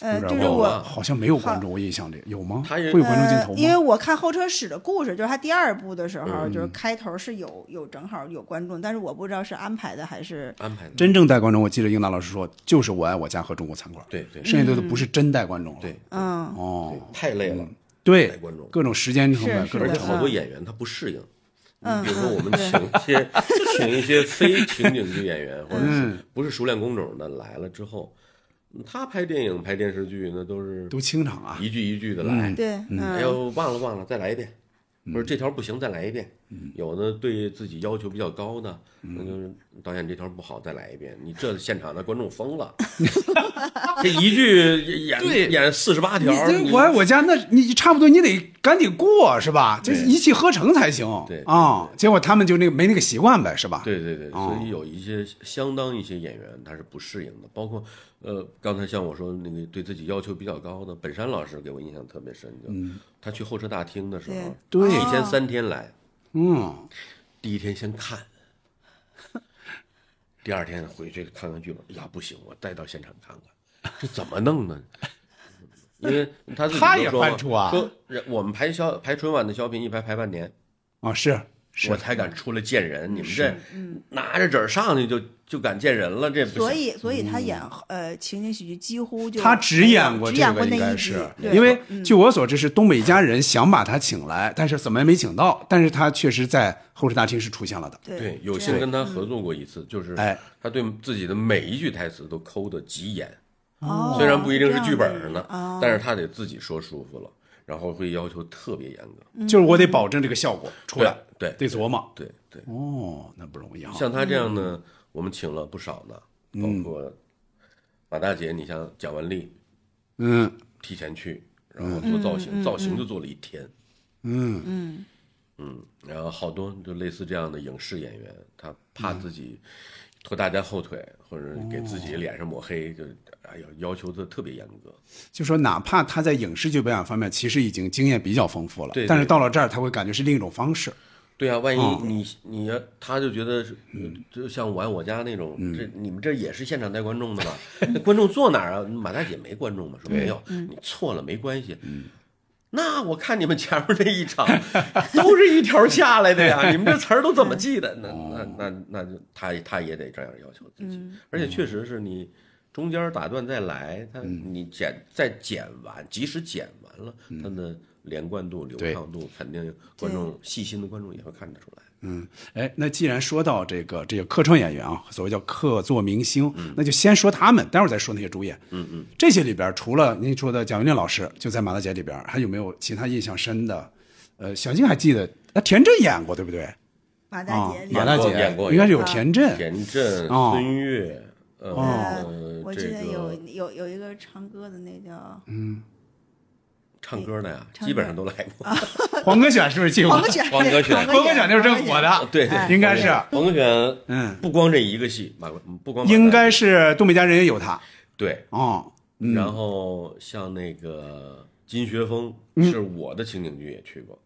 呃，有就点是忘我了啊好像没有观众，我印象里有吗？他会也有观众镜头呃，因为吗？嗯我看《候车室的故事》，就是他第二部的时候，就是开头是有有正好有观众，但是我不知道是安排的还是安排的真正带观众，我记得英达老师说，就是我爱我家和中国餐馆，对对剩下的都不是真带观众了。对，嗯对哦，太累了，对带观众，各种时间成本，各是是种而且的成本好多演员他不适应。嗯你比如说，我们嗯请一些请 一些非情景剧演员，或者嗯是不是熟练工种的来了之后，他拍电影、拍电视剧那都是都清场啊。一句一句的来。对，哎嗯，呦，忘了忘了，再来一遍。嗯或者这条不行，再来一遍。有的对自己要求比较高的，嗯那就是导演这条不好，再来一遍。你这现场的观众疯 了，这一句演演四十八条，这你我爱我家，那你差不多你得赶紧过是吧？这对一气呵成才行对啊。结果他们就那个没那个习惯呗，是吧？对对对，哦所以有一些相当一些演员他是不适应的，包括呃，刚才像我说那个对自己要求比较高的本山老师，给我印象特别深，就他去候车大厅的时候，嗯对提前三天来，嗯，第一天先看， 第二天回去看看剧本，呀不行，我再到现场看看，这怎么弄呢？因为他自己他都也说嘛犯怵啊说人我们排小排春晚的小品一排排半年，啊是是嗯我，才敢出来见人。你们这拿着纸儿上去就就敢见人了，这不行嗯所以所以他演呃情景喜剧几乎就嗯他只演过只这演个，过那应该一集是，对嗯因为据我所知是东北一家人想把他请来，但是怎么也没请到，但是他确实在候车大厅是出现了的。对，有这幸样跟他合作过一次，就是哎他对自己的每一句台词都抠的极严，哦嗯虽然不一定是这样剧本儿的呢，哦但是他得自己说舒服了，然后会要求特别严格。嗯就是我得保证这个效果出来，对得琢磨。对对，哦，那不容易啊。像他这样呢，我们请了不少呢，包括马大姐，你像蒋雯丽嗯提前去，然后做造型，造型就做了一天。嗯嗯，嗯然后好多就类似这样的影视演员，他怕自己拖大家后腿，或者给自己脸上抹黑，就哎呀要求的特别严格。就说哪怕他在影视剧表演方面其实已经经验比较丰富了，对对但是到了这儿他会感觉是另一种方式。对啊，万一哦你你要他就觉得是，就像我爱我家那种，这你们这也是现场带观众的吧？那观众坐哪儿啊？马大姐没观众嘛？说没有，你错了没关系。那我看你们前面那一场都是一条下来的呀，你们这词儿都怎么记的？那那那那就他他也得这样要求自己，而且确实是你中间打断再来，他你剪再剪完，即使剪完了，他的连贯度、流对畅度肯定观众细心的观众也会看得出来。哎，那既然说到这个这个客串演员啊，所谓叫客座明星，那就先说他们，待会儿再说那些主演。嗯嗯，这些里边除了您说的蒋雯丽老师，就在马大姐里边，还有没有其他印象深的？呃，小静还记得，那田震演过对不对？马大啊姐，，马大演过姐演过应该是有演过啊田震。田震、哦孙悦，呃呃，我记这得有个有有一个唱歌的那叫唱歌的呀，唱歌啊基本上都来过。黄格选是不是记过？黄格选，黄格选黄格选就是这火的， 对，哎对应该是黄格选，嗯，不光这一个戏，马不光马应大该姐是东北家人也有他对。哦。嗯然后像那个金学峰，嗯是我的情景剧也去过，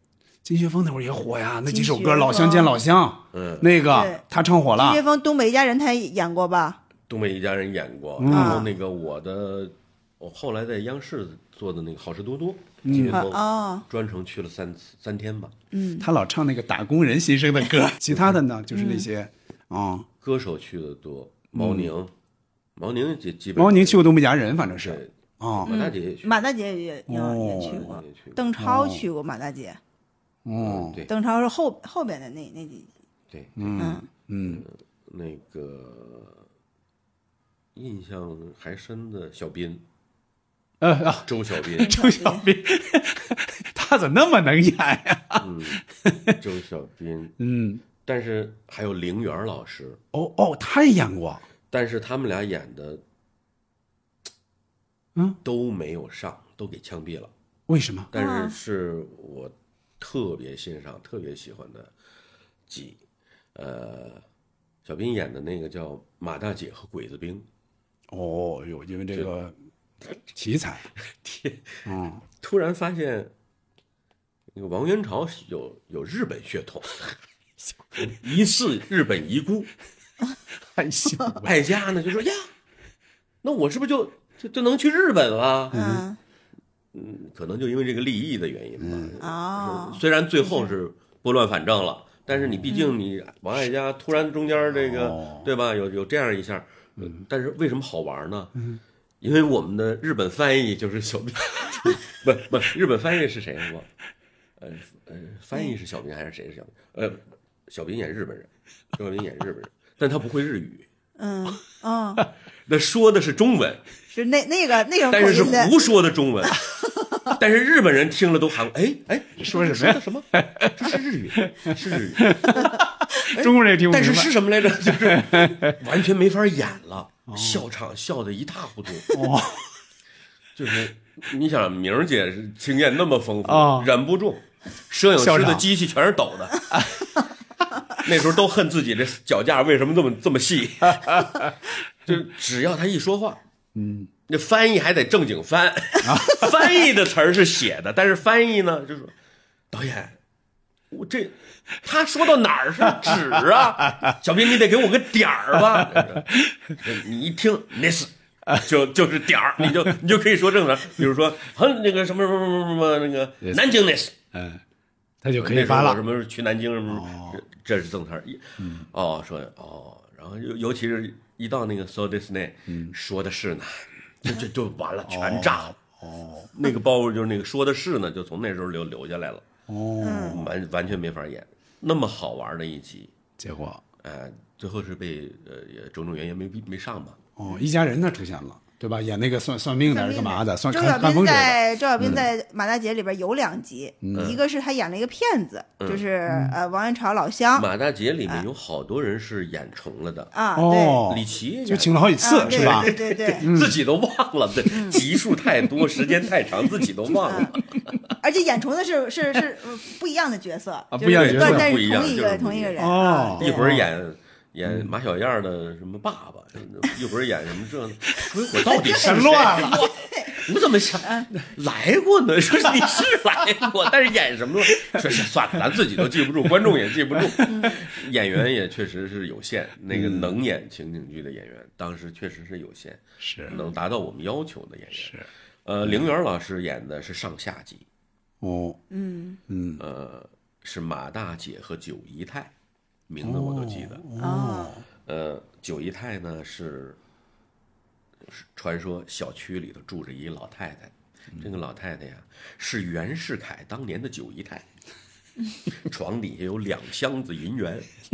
金学峰那会儿也火呀，那几首金歌学《峰老乡见老乡》，嗯，那个对他唱火了金学。峰《东北一家人》他演过吧？东北一家人演过，嗯然后那个我的，我后来在央视做的那个《好事多多》，嗯金学啊峰哦，嗯专程去了三次三天吧，他老唱那个打工人心声的 歌，其他的呢就是那些啊、歌手去的多，毛宁，毛宁也基本嗯毛宁去过东北家人，反正是对啊，马大姐也去，嗯马大姐也也也去马过大姐也去，过邓超去过马大姐，哦，嗯对邓超是后后边的那那几对，嗯嗯，那个印象还深的小斌，呃啊， 周小斌，周小斌， 他怎么那么能演呀、嗯，周小斌，嗯，但是还有凌媛老师，哦哦，他也演过，但是他们俩演的，嗯，都没有上，都给枪毙了。为什么？但是是我特别欣赏、特别喜欢的几，呃，小斌演的那个叫《马大姐和鬼子兵》，哦哟，因为这个题材，嗯，突然发现，那个王元朝有有日本血统，疑似日本遗孤。还行， 爱家呢就说呀，那我是不是就就就能去日本了？嗯嗯，可能就因为这个利益的原因吧。哦，虽然最后是拨乱反正了，但是你毕竟你王爱家突然中间这个、对吧，有有这样一下，呃但是为什么好玩呢？因为我们的日本翻译就是小兵， 不不，日本翻译是谁？啊我呃呃，翻译是小兵还是谁是小兵？呃，小兵演日本人，周小兵演日本人，但他不会日语，嗯嗯，那说的是中文，是那那个那 种但是是口音的，胡说的中文。 但是日本人听了都喊哎哎，说什么说的呀？什么？这是日语， 是日语。中国人也听不但是明白。是什么来着？ 就是 完全没法演了，笑场笑得一塌糊涂。哦，就是你想，明儿姐是经验那么丰富，哦忍不住，摄影笑师的场机器全是抖的。那时候都恨自己这脚架为什么这么这么细，就只要他一说话，嗯，那翻译还得正经翻， 翻译的词儿是写的，但是翻译呢就说导演，我这他说到哪儿是指啊？小兵，你得给我个点儿吧。你一听 miss，就就是点儿，你就你就可以说正常，比如说哼那个什么什么什么什么那个 Yes 南京 miss，嗯，他就可那以时候发我什了。嗯么时候去南京什么，这这是正词儿。一哦，说哦，然后尤尤其是一到那个 so this day，说的嗯是呢，就就就完了，全炸了。哦，那个包袱就是那个说的是呢，就从那时候留留下来了。嗯哦，完完全没法演，那么好玩的一集，结果呃，最后是被呃也种种原因没没上吧。哦，一家人那出现了，对吧？演那个算算命的还是干嘛的？算周啊看小看斌风水的。嗯在周小斌在《马大姐》里边有两集，一个是他演了一个骗子，就是嗯呃王元朝老乡嗯马大姐里面有好多人是演重了的，啊，对，哦，李琦也演就请了好嗯几次啊是吧？对对对对，自己都忘了，对，集数太多，时间太长，自己都忘了。而且演虫的是是是呃不一样的角色，啊就是不一样的角色但但不一是样同就一是不一个样同一个人哦嗯啊，对一会儿演演马小燕的什么爸爸，又不是演什么 这，所以我到底是全谁乱了。我我怎么想来过呢？ 说是你是来过，但是演什么了？ 说是算了，咱自己都记不住，观众也记不住，演员也确实是有限。那嗯个能演情景剧的演员，当时确实是有限，是能达到我们要求的演员。是，呃，凌媛老师演的是上下集，哦，嗯嗯呃，是马大姐和九姨太，名字我都记得。哦啊，呃，九姨太呢是，是传说小区里头住着一老太太，这个老太太呀是袁世凯当年的九姨太，床底下有两箱子银元。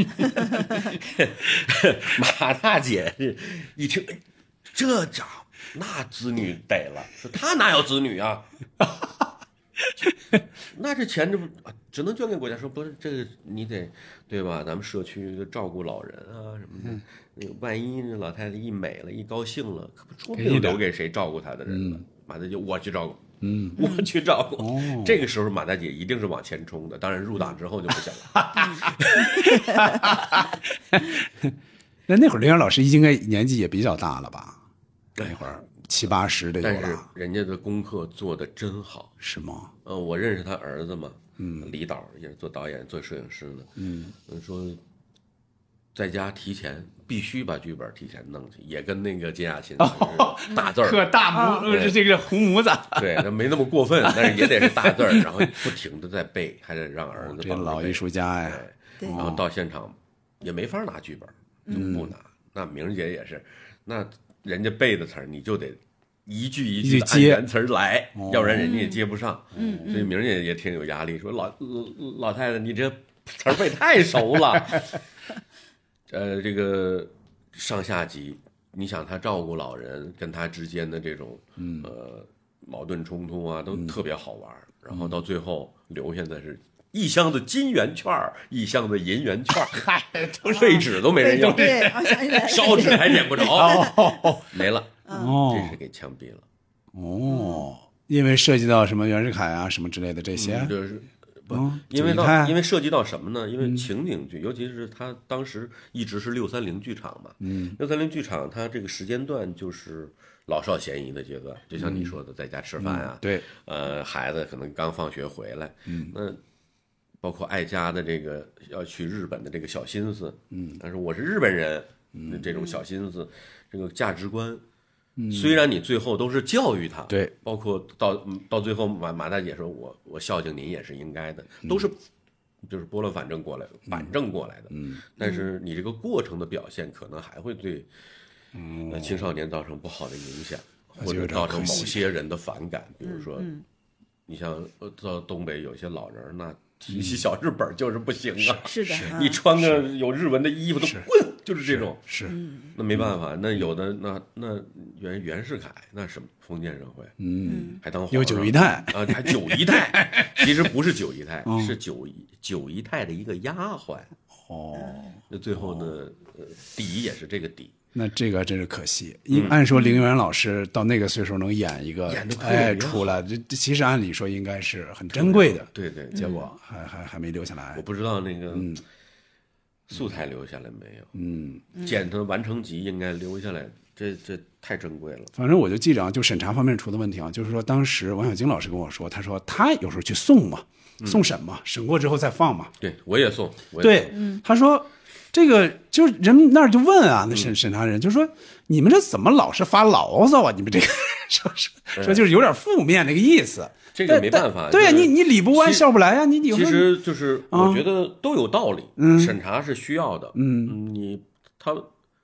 马大姐是一听，哎这家伙那子女得了，说他哪有子女啊？那这钱这不啊只能捐给国家？说不是这个，你得对吧？咱们社区照顾老人啊什么的，那个万一这老太太一美了，一高兴了，可不说不给你定点留给谁照顾她的人了。马大姐，我去照顾，嗯，我去照顾。哦这个时候马大姐一定是往前冲的，当然入党之后就不行了。那那会儿林园老师应该年纪也比较大了吧？那会儿七八十的有但是了，人家的功课做得真好。是吗？呃，我认识他儿子嘛，嗯，李导也是做导演、做摄影师的，嗯，说在家提前必须把剧本提前弄去，也跟那个金 雅琴似的大字哦儿，大拇呃对这个红拇子，对，他没那么过分，但是也得是大 字儿，然后不停的在背，还得让儿子哦这帮着老背艺术家呀，对，哎然后到现场也没法拿剧本，就不拿。那明儿姐也是，那人家背的词儿你就得一句一句一的句按接原词儿来，要不然人家也接不上。嗯所以明儿姐也挺有压力，说老老太太你这词儿背太熟了。呃，这个上下级，你想他照顾老人，跟他之间的这种、呃矛盾冲突啊，都特别好玩儿。然后到最后留下的是一箱子金圆券儿，一箱子银圆券儿，嗨，废纸都没人要，对，我想起来了，烧纸还捡不着，哦没了，哦这是给枪毙了。哦，因为涉及到什么袁世凯啊什么之类的这些，就是不嗯，因为九姨太到因为涉及到什么呢？因为情景剧，尤其是它当时一直是六三零剧场嘛，嗯，六三零剧场它这个时间段就是老少咸宜的阶段，就像你说的，在家吃饭啊，嗯对，呃，孩子可能刚放学回来，嗯，那包括爱家的这个要去日本的这个小心思，嗯，但是我是日本人，嗯，这种小心思，这个价值观。虽然你最后都是教育他，对，包括到嗯到最后马马大姐说我我孝敬您也是应该的，都是就是拨乱反正过来反正过来的，嗯，但是你这个过程的表现可能还会对呃青少年造成不好的影响，那或嗯就者有点造成可某惜些人的反感，比如说嗯，你像呃到东北有些老人儿，嗯那提起小日本儿就是不行啊， 是的，啊你穿个有日文的衣服都滚，就是这种。是，嗯那没办法，那有的那那袁袁世凯那什么封建社会，嗯，还当皇上有九姨太，啊，还九姨 太，其实不是九姨太，嗯是九姨九姨太的一个丫鬟。哦，那最后呢，呃，底也是这个底，那这个真是可惜。因按说林园老师到那个岁数能演一个嗯演得特，别哎，好出来，这这其实按理说应该是很珍贵的，嗯对对，结果还还还没留下来我。不知道那个素材留下来没有，嗯，剪的完成集应该留下来，这这太珍贵了。反正我就记着啊，就审查方面出的问题啊，就是说当时王小晶老师跟我说，他说他有时候去送嘛，送审嘛，审过之后再放嘛。嗯对我也送，我也对，他说这个就是人那儿就问啊，那嗯审审查人就说你们这怎么老是发牢骚啊？你们这个说说说就是有点负面那个意思。这个但没但办法对呀，就是你你理不其完实笑不来呀，啊你你有时其候实就是我觉得都有道理，嗯审查是需要的，嗯，你他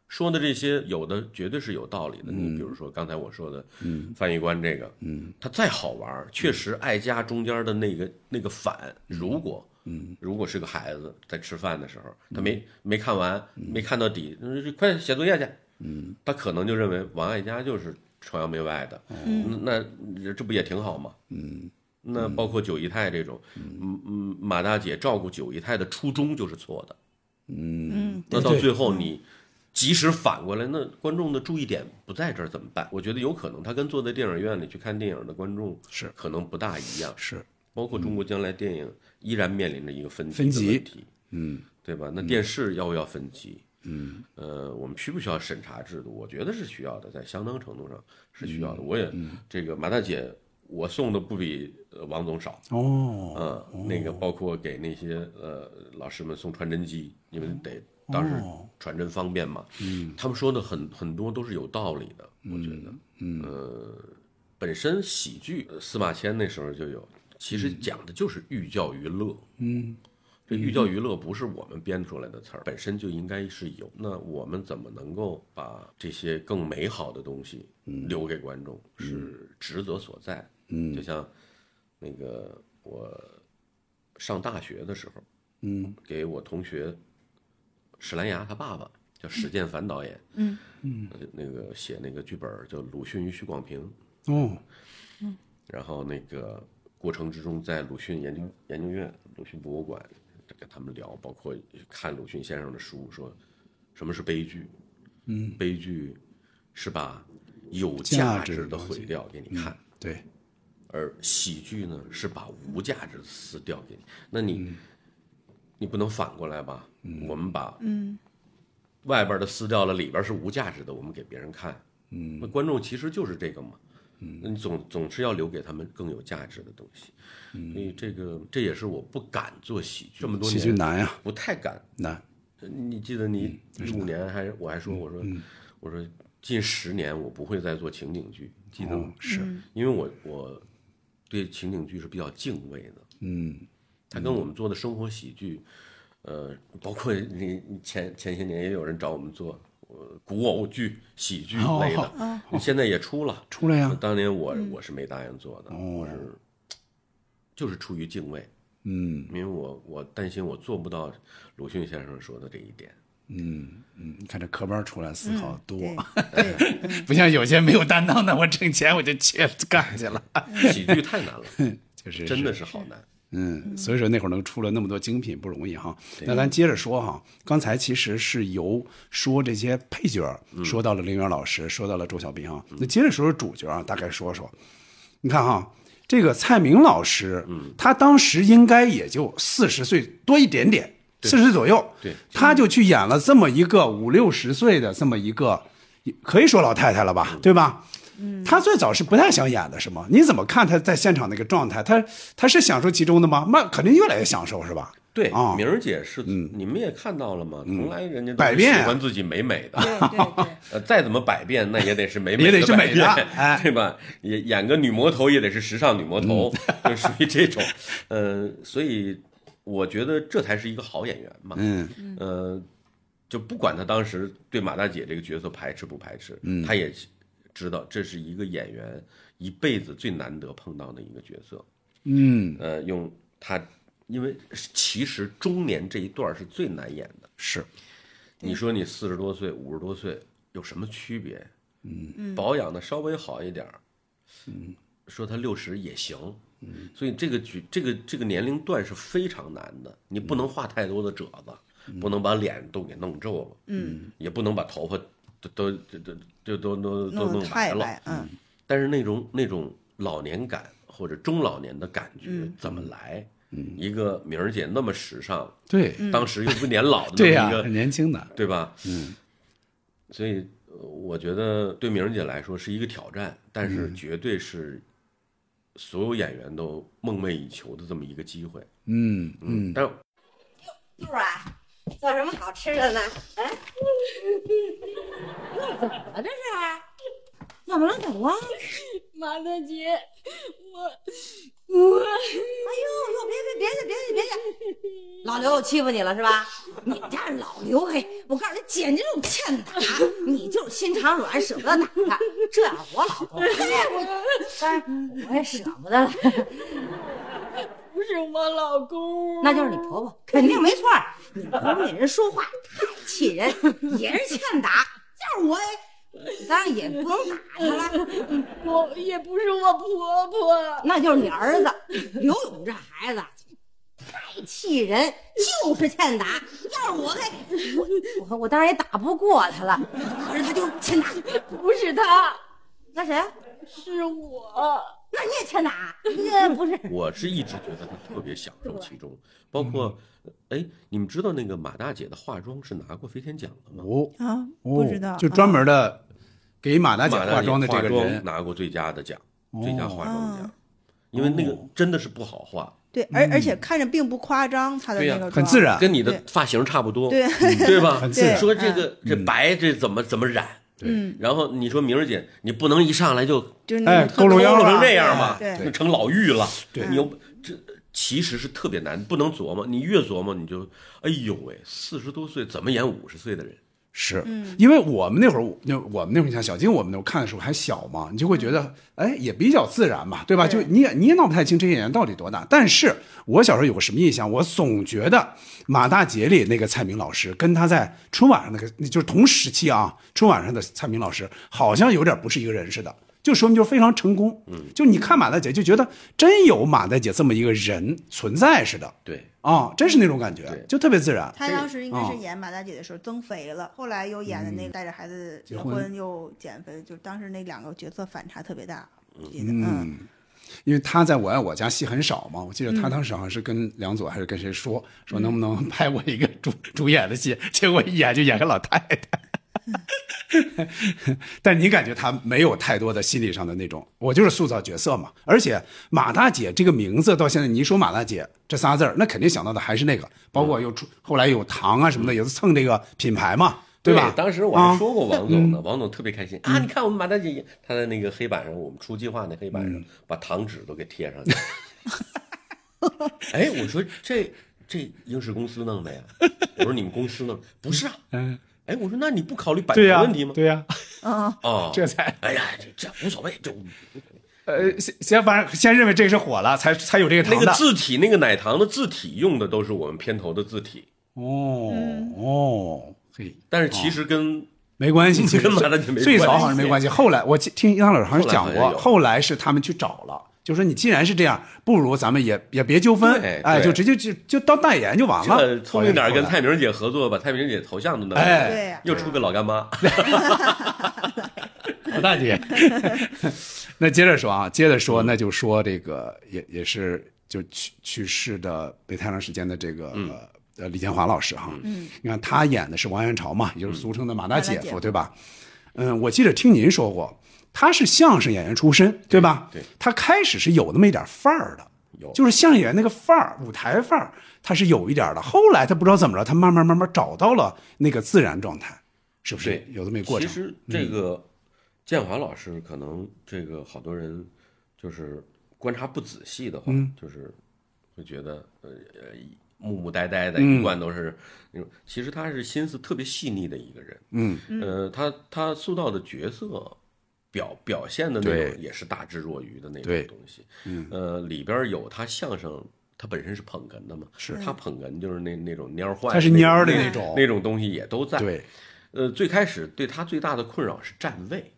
说的这些有的绝对是有道理的，你比如说刚才我说的，嗯，翻译官这个，嗯，他再好玩儿，确实爱家中间的那个那个反，如果。嗯，如果是个孩子在吃饭的时候，他没没看完，没看到底，嗯快写作业去。嗯，他可能就认为王爱家就是崇洋媚外的，嗯，那这不也挺好吗？那包括九姨太这种，嗯嗯，马大姐照顾九姨太的初衷就是错的。嗯，那对到最后你即使反过来，那观众的注意点不在这儿怎么办？我觉得有可能他跟坐在电影院里去看电影的观众是可能不大一样。是包括中国将来电影依然面临着一个分分级级的问题，嗯，对吧？那电视要不要分级？嗯，呃，我们需不需要审查制度？我觉得是需要的，在相当程度上是需要的。我也这个马大姐，我送的不比呃王总少。哦，嗯，那个包括给那些呃老师们送传真机，你们得当时哦传真方便嘛。嗯，他们说的很很多都是有道理的，我觉得。嗯，呃，本身喜剧呃司马迁那时候就有，其实讲的就是寓教于乐。嗯。这寓教于乐不是我们编出来的词儿，本身就应该是有。那我们怎么能够把这些更美好的东西留给观众，是职责所在。嗯嗯，就像那个我上大学的时候，嗯，给我同学史兰芽他爸爸叫史建凡导演，嗯嗯，那个写那个剧本儿叫《鲁迅与许广平》，哦，然后那个过程之中，在鲁迅研究研究院、鲁迅博物馆跟他们聊，包括看鲁迅先生的书，说什么是悲剧？嗯，悲剧是把有价价值值的的东毁西掉给你看，对，而喜剧呢是把无价值撕掉给你。那你、你不能反过来吧？我们把嗯外边的撕掉了，里边是无价值的，我们给别人看。嗯，那观众其实就是这个嘛。嗯，那你总总是要留给他们更有价值的东西。嗯，所以这个这也是我不敢做喜剧，这么多喜剧年难呀，不太敢。难，你记得你嗯一五年还我还说我说我说近十年我不会再做情景剧，记得吗？哦是，因为我我对情景剧是比较敬畏的。嗯，它跟我们做的生活喜剧，呃，包括你你前前些年也有人找我们做呃古偶剧、喜剧哦类的，现在也出了。出来呀，当年我我是没答应做的，哦我是就是出于敬畏，嗯因为我我担心我做不到鲁迅先生说的这一点。嗯嗯，你看这科班出来思考多，对对不像有些没有担当的，我挣钱我就去干去了，喜剧太难了， 就是真的是好难。嗯，所以说那会儿能出了那么多精品不容易哈。那咱接着说哈，刚才其实是由说这些配角儿，嗯说到了林园老师，说到了周小斌哈。那接着说说主角啊，大概说说。你看哈，这个蔡明老师，嗯他当时应该也就四十岁多一点点，四十左右，对，他就去演了这么一个五六十岁的这么一个，可以说老太太了嗯吧，对吧？他最早是不太想演的，是吗？你怎么看他在现场那个状态？他他是享受其中的吗？那肯定越来越享受，是吧？对啊，嗯明儿姐是，你们也看到了嘛，从来人家都百是变喜啊欢自己美美的，对 对对，呃，再怎么百变，那也得是美美 也得是百美的变哎对吧？也演个女魔头也得是时尚女魔头，嗯就属于这种。呃，所以我觉得这才是一个好演员嘛。嗯，呃，就不管他当时对马大姐这个角色排斥不排斥，嗯他也知道这是一个演员一辈子最难得碰到的一个角色。嗯，呃，用他，因为其实中年这一段儿是最难演的。是，你说你四十多岁、五十多岁有什么区别？嗯，保养的稍微好一点儿，嗯，说他六十也行。嗯，所以这个举这个这个年龄段是非常难的，你不能画太多的褶子，不能把脸都给弄皱了，嗯，也不能把头发都都都都都都都都弄得弄太了，白，嗯但是那种那种老年感或者中老年的感觉怎么来？嗯，一个明儿姐那么时尚，对，嗯当时又不年 老的对嗯那呀、么一个很年轻的，对吧？嗯，所以呃我觉得对明儿姐来说是一个挑战，但是嗯绝对是所有演员都梦寐以求的这么一个机会。嗯嗯，但柱儿啊，做什么好吃的呢？哎，你怎么了这是？怎么了？怎么了？马大姐，我我哎呦呦，别别别别别别别！老刘又欺负你了是吧？你们家老刘，嘿，我告诉你，简直就是欠打！你就是心肠软，舍不得打他。这要是我 老公，当然我也舍不得了，不是我老公，啊那就是你婆婆，肯定没错儿。你婆婆那人说话太气人，也是欠打。就是我，当然也不能打他了。我也不是我婆婆，那就是你儿子刘勇这孩子太气人，就是欠打。要是我给，我我我当然也打不过他了，可是他就是欠打。不是她，那谁啊？是我。那你也欠打？那不是我是一直觉得他特别享受其中，包括，嗯哎，你们知道那个马大姐的化妆是拿过飞天奖的吗？哦，啊，哦不知道，嗯就专门的给马大姐马大化姐妆的这个妆人，拿过最佳的奖，最佳化妆奖哦，因为那个哦真的是不好化，对，而而且看着并不夸张，她的对呀那个嗯很妆自然，跟你的对发型差不多，对对吧？很嗯自然说这个这白这怎么怎么染？嗯，然后你说明儿姐，你不能一上来就就是哎那种佝偻弄腰了成这样吧，对那成老妪了。对你又这其实是特别难，不能琢磨。你越琢磨，你就哎呦喂，四十多岁怎么演五十岁的人？是，因为我们那会儿，那我们那会儿像小金，我们那会儿看的时候还小嘛，你就会觉得，哎，也比较自然嘛，对吧？就对你也你也闹不太清这些演员到底多大。但是我小时候有个什么印象，我总觉得马大姐里那个蔡明老师跟他在春晚上那个，就是同时期啊，春晚上的蔡明老师好像有点不是一个人似的。就说明就非常成功，嗯，就你看马大姐就觉得真有马大姐这么一个人存在似的对，啊，真是那种感觉对，就特别自然。她当时应该哦是演马大姐的时候增肥了，后来又演的那个带着孩子结嗯婚婚又减肥，就当时那两个角色反差特别大，我记得嗯，因为他在《我爱我家》戏很少嘛，我记得嗯他当时好像是跟梁左还是跟谁说，说能不能拍我一个主主演的戏，结果一演就演个老太 太。但你感觉他没有太多的心理上的那种，我就是塑造角色嘛。而且马大姐这个名字到现在，你一说马大姐这仨字儿，那肯定想到的还是那个，包嗯括又出后来有糖啊什么的，也是蹭这个品牌嘛，吧？嗯当时我还说过王总呢，王总特别开心啊！你看我们马大姐演，她在那个黑板上，我们出计划那黑板上，嗯把糖纸都给贴上去。 哎，我说这这应是公司弄的呀？我说你们公司弄的？不是啊。嗯哎，我说那你不考虑版对呀、权问题吗？对呀、哦，这才哎呀，这这无所谓，就呃，先先反正先认为这个是火了，才才有这个糖那的。个字体，那个奶糖的字体用的都是我们片头的字体，哦、嗯哦，嘿，但是其实跟没关系，其实跟马最大姐没最早关好像系没关系。后来我记听杨老师好像讲后来好过，像有后来是他们去找了，就说你既然是这样，不如咱们也也别纠纷对，哎，对就直接就就当代言就完哦了这。聪明点儿后来跟蔡明姐合作，把蔡明姐头像都弄哎对呀又出个老干妈，老大姐。那接着说啊，接着嗯说，那就说这个也也是就去去世的没太长时间的这个、嗯呃李建华老师哈，嗯，你看他演的是王元朝嘛，嗯也就是俗称的马大姐马大姐夫，夫对吧？嗯，我记得听您说过，他是相声演员出身，对吧？对对他开始是有那么一点范儿的。有就是相声演员那个范儿，舞台范儿，他是有一点儿的。后来他不知道怎么着，他慢慢慢慢找到了那个自然状态，是不是对？有这么一个过程。嗯其实这个建华老师可能这个好多人就是观察不仔细的话，嗯就是会觉得呃呃木木呆呆的，嗯一贯都是那种。其实他是心思特别细腻的一个人，嗯，呃，他他塑造的角色。表表现的那对种也是大智若愚的那对种东西，嗯，呃，里边儿有他相声，他本身是捧哏的嘛，是他捧哏就是那那种蔫儿坏的那种，他是蔫儿的那种那种东西也都在，对，呃，最开始对他最大的困扰是站位，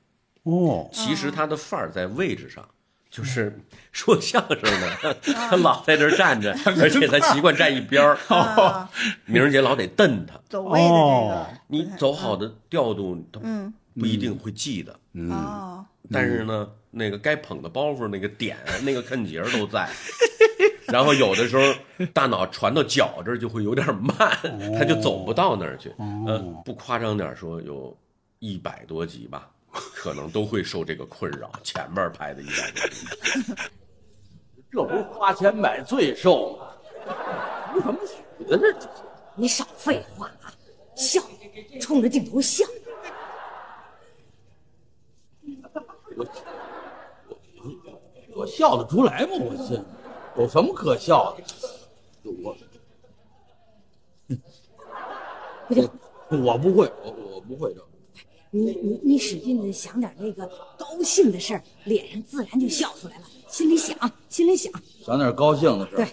哦，其实他的范儿在位置上。就是 说相声的， 他老在这儿站着， 而且他习惯站一边儿。 明儿姐老得瞪他，走位的这个哦，你走好的调度，他嗯，不一定会记得。嗯哦，但是呢，那个该捧的包袱、那个点、那个看节儿都在。 然后有的时候大脑传到脚这儿就会有点慢，他就走不到那儿去。呃，不夸张点儿说，有一百多集吧，可能都会受这个困扰。前面拍的一百多集，这不是花钱买罪受吗？ 你怎么许的这？你少废话啊，笑，冲着镜头笑。我笑得出来吗？我这有什么可笑的？我不行，我不会，我我不会这。你你你使劲的想点那个高兴的事儿，脸上自然就笑出来了。心里想，心里想，想点高兴的事。对，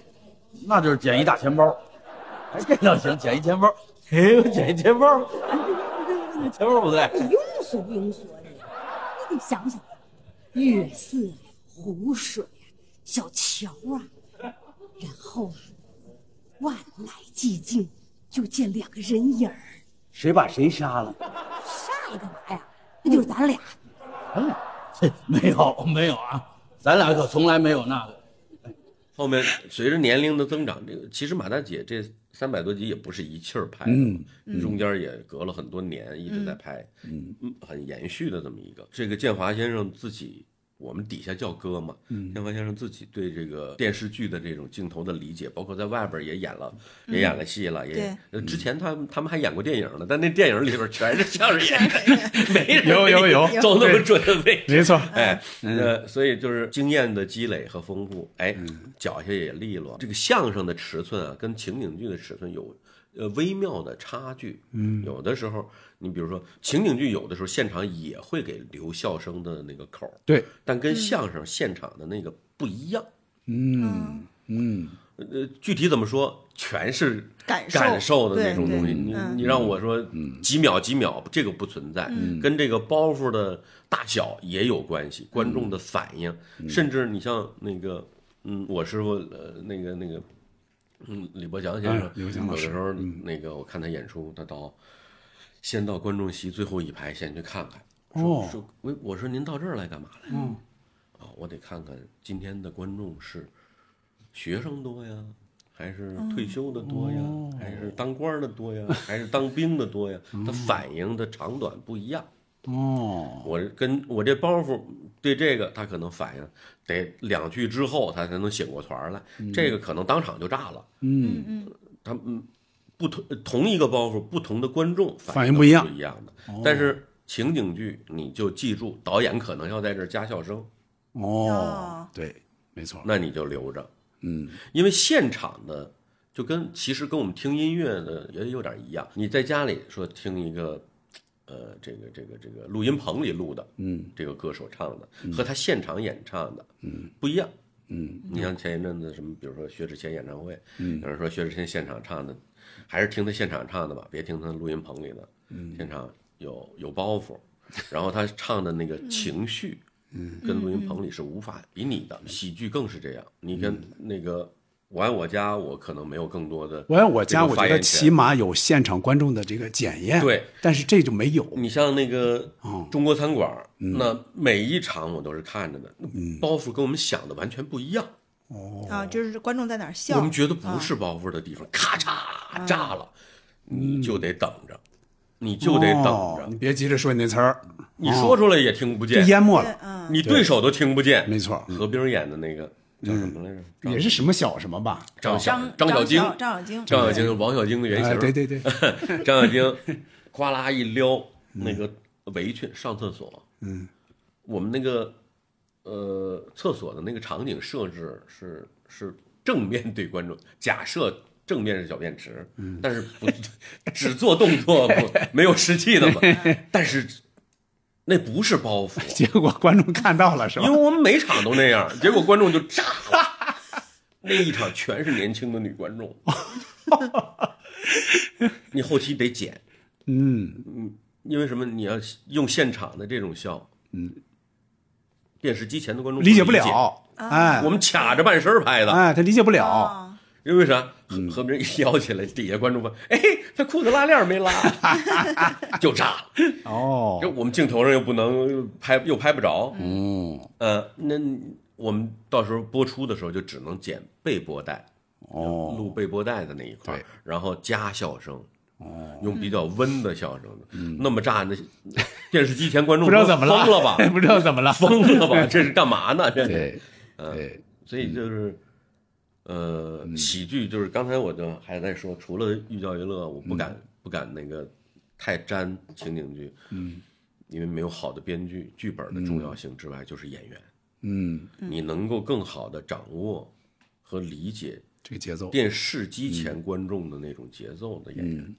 那就是捡一大钱包。哎，这倒行，捡一钱包。哎，我捡一钱包， 这钱包不对。你庸俗不庸俗啊你？你得想想，月色呀，湖水呀，小桥啊，然后啊，万籁寂静，就见两个人影儿，谁把谁杀了？杀了干嘛呀？那就是咱俩。嘿没有没有啊，咱俩可从来没有那个。后面随着年龄的增长，这个其实马大姐这三百多集也不是一气儿拍的，嗯中间也隔了很多年一直在拍，嗯，很延续的这么一个。这个建华先生自己，我们底下叫哥嘛，建华先生自己对这个电视剧的这种镜头的理解，包括在外边也演了，也演了戏了，也呃之前他们他们还演过电影呢，但那电影里边全 是相声演员，没人有有有走那么准的位置。没错， 哎，呃，所以就是经验的积累和丰富，哎，脚下也利落。这个相声的尺寸啊，跟情景剧的尺寸有呃微妙的差距。嗯，有的时候，你比如说情景剧，有的时候现场也会给留笑声的那个口儿，对，但跟相声现场的那个不一样。嗯嗯，呃，具体怎么说，全是感受感受的那对种对东西。你嗯你让我说嗯几秒几秒，这个不存在，嗯跟这个包袱的大小也有关系，观众的反应，嗯甚至你像那个，嗯，我师傅呃，那个那个，嗯，李伯祥先生哎，李伯祥老有的师嗯时候那个我看他演出，他到先到观众席最后一排先去看看。说哦说，我我说您到这儿来干嘛来？嗯，啊，我得看看今天的观众是学生多呀，还是退休的多呀，还是当官儿的多呀，还是当兵的多呀？他反应的长短不一样。哦，我跟我这包袱对这个，他可能反应得两句之后，他才能醒过团儿来。这个可能当场就炸了。嗯他嗯，不同同一个包袱，不同的观众反应应都不一样哦不一样的。但是情景剧你就记住，导演可能要在这儿加笑声，哦哦，对，没错，那你就留着。嗯因为现场的就跟其实跟我们听音乐的也有点一样，你在家里说听一个，呃，这个这个这个录音棚里录的嗯这个歌手唱的，和他现场演唱的，嗯，不一样。嗯，你像前一阵子什么，比如说薛之谦演唱会，嗯，有人说薛之谦现场唱的，还是听他现场唱的吧，别听他录音棚里的，嗯，现场有有包袱，然后他唱的那个情绪，嗯，跟录音棚里是无法比拟嗯的。喜剧更是这样，你跟那个我爱我家，我可能没有更多的，我要我家，我觉发得言起权。码有现场观众的这个检验，对，但是这就没有，你像那个哦中国餐馆儿，那每一场我都是看着的，嗯包袱跟我们想的完全不一样。哦啊，就是观众在哪儿笑，我们觉得不是包袱的地方，咔嚓炸了，你就得等着，你就得等嗯哦着你，别急着说你那词儿，你说出来也听不就见，淹没对了，嗯，你对手都听不见。没错，嗯何冰演的那个叫什么来着？张也是什么小什么吧，张小张小晶，张小晶，张小晶，王小晶的原哎，型。对对对， 张小晶，哗啦一撩那个围裙上厕所。嗯，我们那个呃厕所的那个场景设置是是正面对观众，假设正面是小便池，嗯，但是不只做动作不没有实际的 嘛，但是那不是包袱，啊结果观众看到了是吧因为？我们每场都那 样，结果观众就炸了。那一场全是年轻的女观 众，你后期得剪，嗯，因为什么？你要用现场的这种笑，嗯，电视机前的观众理解不啊不了，哎，我们卡着半身儿拍的，哎，他理解不哦了，啊，因为啥？嗯和别人一撩起来，底下观众问：“哎，他裤子拉链没拉？” 就炸了。哦这，我们镜头上又不能拍，又拍不着。嗯，呃，那我们到时候播出的时候就只能剪背播带，哦，录背播带的那一块儿对，哦然后加笑声。用比较温的笑声，那么炸，那电视机前观众嗯 不知道怎么疯了吧？不知道怎么了，疯了吧？这是干嘛呢？这是，嗯对，对，所以就是，呃，喜剧就是刚才我就还在说，除了寓教于乐，我不敢不敢那个太沾情景剧，嗯，因为没有好的编剧剧本的重要性之外，就是演员，嗯，你能够更好的掌握和理解这个节奏，电视机前观众的那种节奏的演员，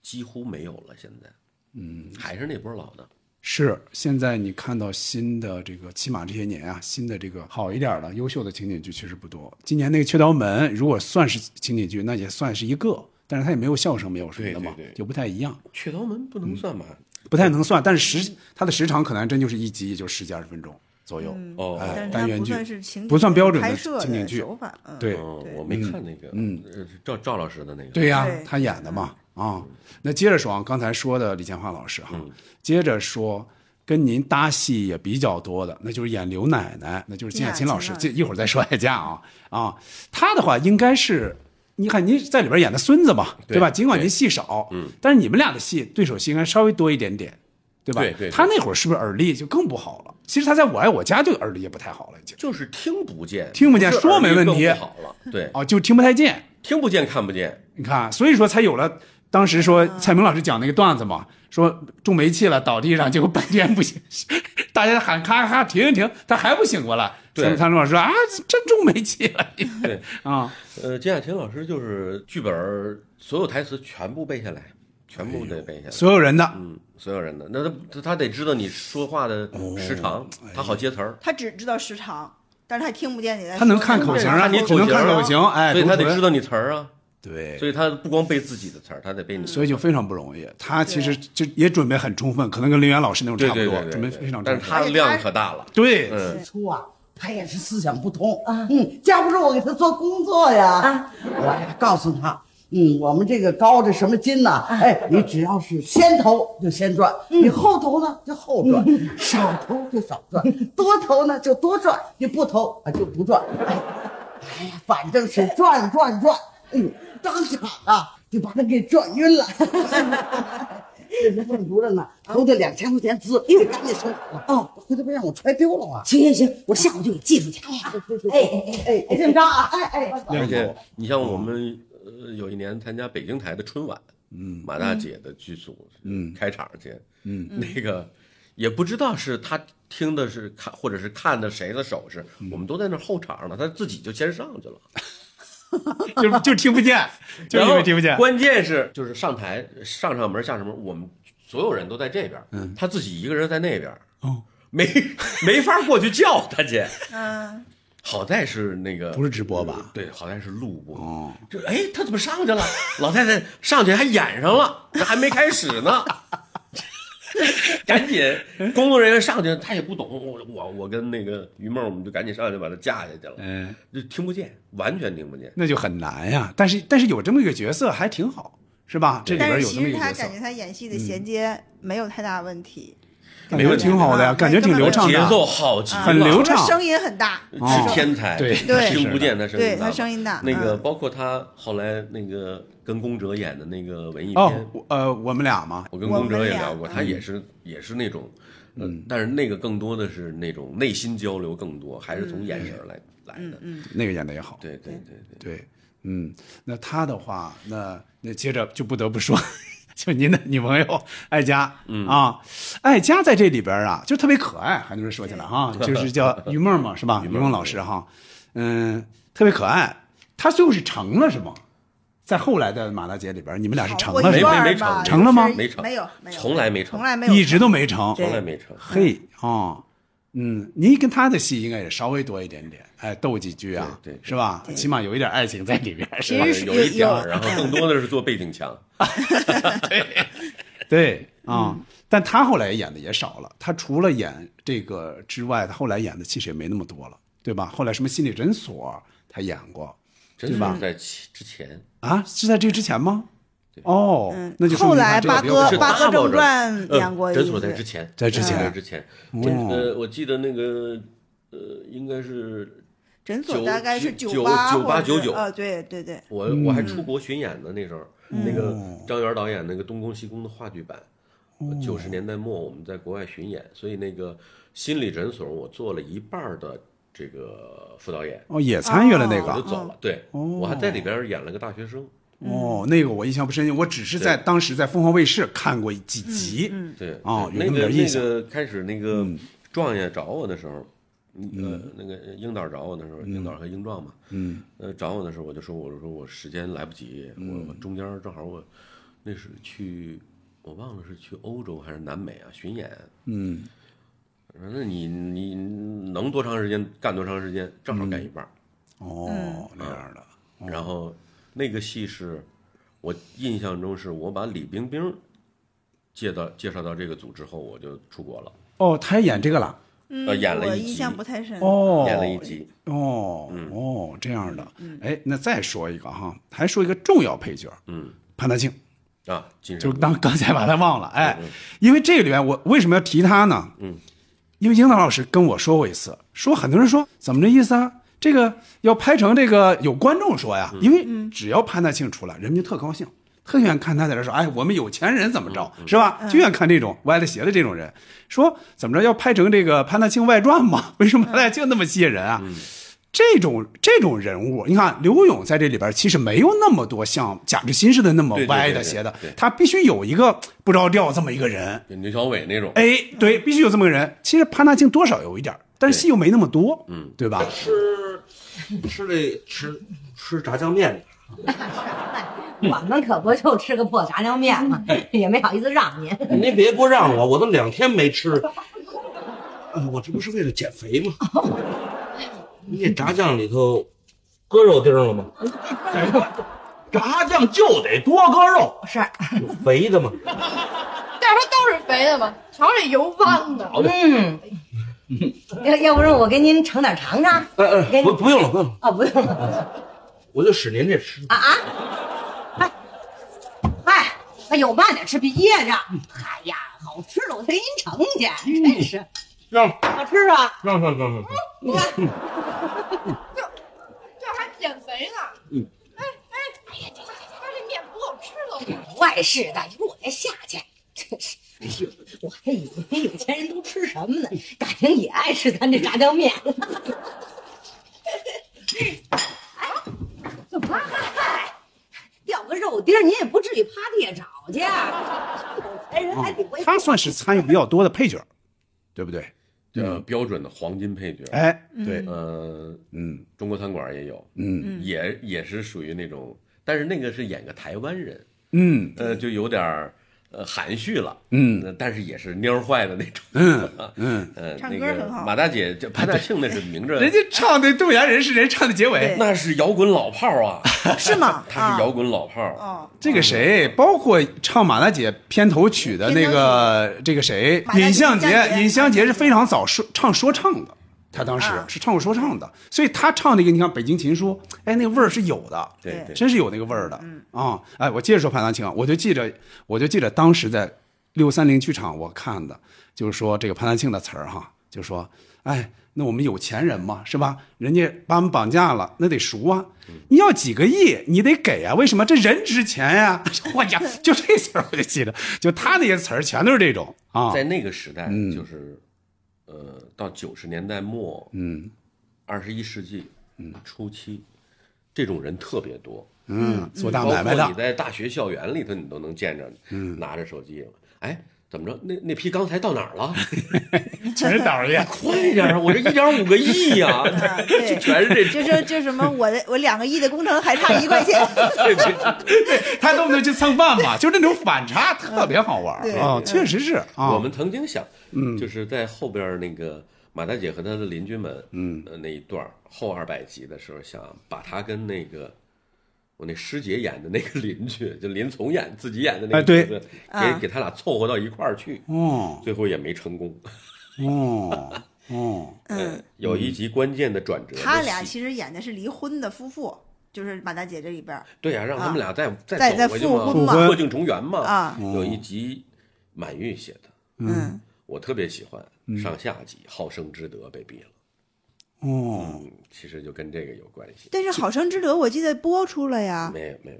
几乎没有了。现在，嗯，还是那波老的，是，现在你看到新的这个，起码这些年啊，新的这个好一点的、优秀的情景剧确实不多。今年那个《雀刀门》，如果算是情景剧，那也算是一个，但是它也没有笑声，没有什么的嘛，对对对就不太一样， 《雀刀门》不能算吧？不太能算。但是时它的时长可能还真就是一集也就十几二十分钟左右。哦，但是哎单它元不剧算是情景不算标准的拍摄情景剧手法，嗯，对哦对，我没看那个，嗯呃，赵赵老师的那个，对呀、对他演的嘛啊、那接着说啊，刚才说的李建华老师哈，接着说跟您搭戏也比较多的，那就是演刘奶奶，那就是金雅琴老师。金雅这琴一会儿再说一下啊啊，她的话应该是，你看您在里边演的孙子嘛，对吧？尽管您对戏少，嗯，但是你们俩的戏对手戏应该稍微多一点点，对吧？对对对她那会儿是不是耳力就更不好了？其实她在我爱我家就耳力也不太好了，已经就是听不见，听不见是说耳没力问更题不好了，对，啊，就听不太见。听不见看不见，你看，啊所以说才有了当时说蔡明老师讲那个段子嘛，说中煤气了倒地上，结果半天不醒， 大家喊咔咔停一停，他还不醒过来。对蔡明老师说啊，真中煤气了对， 啊，呃，金雅琴老师就是剧本儿所有台词全部背下来，全部得背下来，哎所有人的嗯，所有人的，那他他得知道你说话的哦时长，哎他好接词儿，他只知道时长，但是他听不见你在说。他能看口型对啊，看你只能看口口型型，哎，所以他读唇得知道你词儿啊，对所。以他不光背自己的词儿，他得背你。所以就非常不容易，他其实就也准备很充分，可能跟林园老师那种对差不对多对，对准备对非常充分。但是他量可大了，对，嗯，初啊，他也是思想不通啊，嗯，架不住我给他做工作呀，啊，我呀告诉他，嗯，我们这个高的什么金呐、哎，你只要是先投就先赚，嗯你后投呢就后赚，少投就少赚， 多投呢就多赚，你不投啊就不赚，哎，哎呀，反正是赚赚赚，嗯，当场啊就把他给转晕了。这是孟主任呢，啊投的两千块钱资，哎因为赶紧收好了啊，回头别让我揣丢了啊。行行行，我下午就给记住去。啊哎哎哎哎，紧张啊！哎哎，而且你像嗯我们呃有一年参加北京台的春晚，嗯，马大姐的剧组，嗯，开场去，嗯，那个也不知道是她听的是看或者是看的谁的手势，嗯我们都在那儿候场呢，她自己就先上去了，就就听不见， 就然因后为听不见。关键是就是上台上上门下上门，我们所有人都在这边，嗯，她自己一个人在那边，哦，没没法过去叫她去，嗯，好在是那个不是直播吧对，好在是录播。哦，就哎，他怎么上去了？ 老太太上去还演上了，这还没开始呢。 赶紧，工作人员上去，他也不懂。我我我跟那个于梦，我们就赶紧上去把他架下去了。嗯，就听不见，完全听不见。那就很难呀。但是但是有这么一个角色还挺好，是吧？这里但边是有这其么一实个他角色嗯感，觉他演戏的衔接没有太大问题，感觉哎挺好的呀，没问题感觉挺流畅节的。奏好极了，很流畅哦他声音很大，是天才。对他对听不见他声音对大。他声音大。那个嗯包括他后来那个跟宫哲演的那个文艺哦片，，我呃，我们俩嘛，我跟我宫哲们嗯也俩聊过，他也是也是那种，嗯，但是那个更多的是那种内心交流更多，还嗯是从眼神来来的。那个演的也好。对对对对，对，嗯，那他的话，那那接着就不得不说， 就您的女朋友艾佳，嗯啊，艾佳在这里边啊，就特别可爱，还能说起来哈，就是叫于梦嘛，是吧？于梦老师哈，嗯，特别可爱。她最后是成了是吗？在后来的马大姐里边，你们俩是成过了一没是吧？段没儿成吧成了吗就是没成没有，没有，从来没成从来没有，一直都没成，从来没成。嘿哦，嗯，您跟他的戏应该也稍微多一点点，哎，斗几句啊，对对对是吧？起码有一点爱情在里边，是吧其实是有一有点有儿，然后更多的是做背景墙。对啊、嗯但他后来演的也少了，他除了演这个之外，他后来演的其实也没那么多了，对吧？后来什么心理诊所他演过真对吧是在其之前，啊，是在这之前吗？哦，嗯那就说后明他来这个八比较哥是是八哥 double 正着传呃演过一诊所在次之前，嗯在之前在之前。哦这呃，我记得那个呃，应该是诊所九大概是九八九八或者是九九呃，对对对，我我还出国巡演呢，那时候那个张元导演那个《东宫西宫》的话剧版，呃九十年代末我们在国外巡演，所以那个心理诊所我做了一半儿的这个副导演，哦，也参与了那我就个走了。对，我还在里边演了个大学生。嗯哦，那个我印象不深，我只是在对当时在凤凰卫视看过几嗯集，对，哦有那那么个点嗯印象那个开始那个状元找我的时候，嗯呃，那个英导找我的时候，英导和英壮嘛，嗯，呃，找我的时候我就说，我说我时间来不及，我嗯我中间正好我那是去，我忘了是去欧洲还是南美啊巡演，嗯。我说那你你能多长时间干多长时间，正好干一半儿。哦，那样的，然后那个戏是我印象中是我把李冰冰介到介绍到这个组之后，我就出国了，哦，他也演这个了，嗯呃，演了我一印象集不太深。哦，演了一嗯集。哦、哦，这样的，哎，那再说一个哈，还说一个重要配角，嗯，潘大庆，啊，金就山当刚才把他忘了，哎，因为这个里面我为什么要提他呢？嗯，因为樱桃老师跟我说过一次，说很多人说怎么这意思啊？这个要拍成这个有观众说呀，因为只要潘大庆出来，人们就特高兴，特愿看他在这说，哎，我们有钱人怎么着，是吧？就愿看这种歪了斜的这种人，说怎么着要拍成这个潘大庆外传嘛？ 为什么潘大庆那么吸引人啊？这种这种人物，你看刘勇在这里边其实没有那么多像贾志新似的那么对对对歪的对斜的对，他必须有一个不着调这么一个人。牛小伟那种，哎，对，必须有这么个人。其实潘大庆多少有一点儿，但是戏又没那么多，嗯，对吧？吃吃的吃吃炸酱面，我们可不就吃个破炸酱面 吗？也没好意思让您。您别不让我，我都两天没吃。 呃，我这不是为了减肥吗？你那炸酱里头搁肉丁了吗？炸酱就得多搁肉，是，肥的嘛。但是它都是肥的嘛，瞧这油汪的。嗯，要要不然我给您盛点尝尝？呃呃，不不用了，不用了，哦，不用了。我就使您这吃。啊啊！哎哎，哎有慢点吃，别噎着。哎呀，好吃的我再给您盛去，真是让好吃是吧？让让让让，你看，这还减肥呢。嗯。哎哎，哎呀，这这这面不够吃了吗？外市的，一会儿我再下去。真是，哎呦，我还以为有钱人都吃什么呢？感情也爱吃咱这炸酱面。 哎，怎么嗨？掉个肉丁儿，您也不至于趴地找去。哎，人还挺会他算是参与比较多的配角，对不对？呃，标准的黄金配角。，哎，对呃，嗯中国餐馆也有，嗯也也是属于那种，但是那个是演个台湾人，嗯呃，就有点儿呃含蓄了，嗯呃，但是也是蔫儿坏的那种， 嗯嗯，呃，唱那歌个很好马大姐，这潘大庆那是明 着，人家唱的《豆芽人》是人唱的结尾对。那是摇滚老炮儿 啊，是吗？他啊是摇滚老炮儿，哦，这个谁，包括唱马大姐片头曲的那个这个谁马，大姐尹相尹相杰，杰尹相杰是非常早说唱说唱的，他当时啊是唱过说唱的，所以他唱那个你看《北京琴书》，哎，那个味儿是有的。对嗯对对，真是有那个味儿的。啊，哎，我接着说潘长青啊，我就记着，我就记着当时在六三零剧场我看的，就是说这个潘长青的词儿哈，就说，哎，那我们有钱人嘛，是吧？人家把我们绑架了，那得赎啊。嗯你要几个亿，你得给啊！为什么？这人值钱呀、 我呀，就这词儿我就记得，就他那些词儿全都是这种啊。在那个时代嗯就是，呃，到九十年代末，嗯二十一世纪初期，这种人特别多，嗯，做大包买卖括的嗯你，在大学校园里头，你都能见着，拿着手机，哎，怎么着？那那批钢材到哪儿了？ 全是倒爷。快点儿，我这一点五个亿呀、啊，对，全是这种就是就是什么，我的我两个亿的工程还差一块 钱，他动不动去蹭饭嘛，就那种反差特别好玩对儿啊，确实是啊。我嗯们曾经想，就是在后边儿那个马大姐和她的邻居们，嗯，那一段儿后二百集的时候，想把她跟那个我那师姐演的那个邻居， 就林从演自己演的那哎个对角色，啊给给他俩凑合到一块儿去，哦最后也没成功。哦哦，嗯，有一集关键的转折，他俩那戏其实演的是离婚的夫妇，就是马大姐这里边儿对呀、让他们俩再再再再走回去嘛，啊复婚嘛破镜重圆嘛。啊，有一集满玉写的，嗯，我特别喜欢上下集，好生之德被毙了。哦，嗯，其实就跟这个有关系。但是好生之德我记得播出了呀，没有没有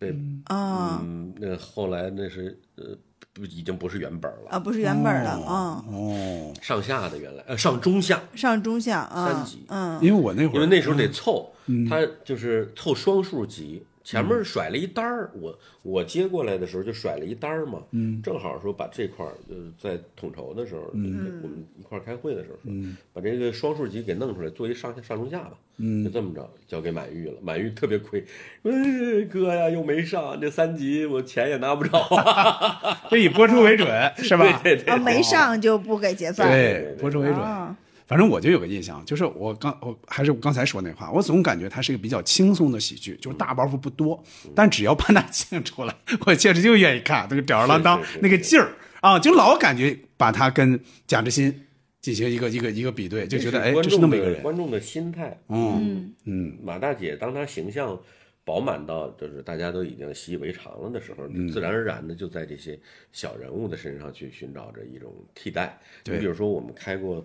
没有，被啊嗯，那后来那是呃，不已经不是原本了，啊，不是原本的啊，哦，上下的原来呃上中下，上中下三啊集，嗯，因为我那会儿，因为那时候嗯得凑，他就是凑双数集。前面甩了一单儿，我我接过来的时候就甩了一单儿嘛，嗯正好说把这块儿就是在统筹的时候，就是我们一块儿开会的时候说，嗯把这个双数集给弄出来，做一上下上中下吧，嗯就这么着交给满玉了。满玉特别亏，哎哥呀又没上这三集，我钱也拿不着啊， 这以播出为 准是吧？对对对啊，没上就不给结算，对，播出为准。啊，反正我就有个印象，就是我刚我还是我刚才说那话，我总感觉它是一个比较轻松的喜剧，就是大包袱不多，嗯但只要潘大庆出来， 我确实就愿意看那个吊儿郎当是是是那个劲儿啊，就老感觉把他跟贾志新进行一个一个一个比对，就觉得哎，观这是众那么一的个人。观众的心态，嗯嗯嗯马大姐当她形象饱满到就是大家都已经习以为常了的时候，嗯自然而然的就在这些小人物的身上去寻找着一种替代。你对比如说我们开过，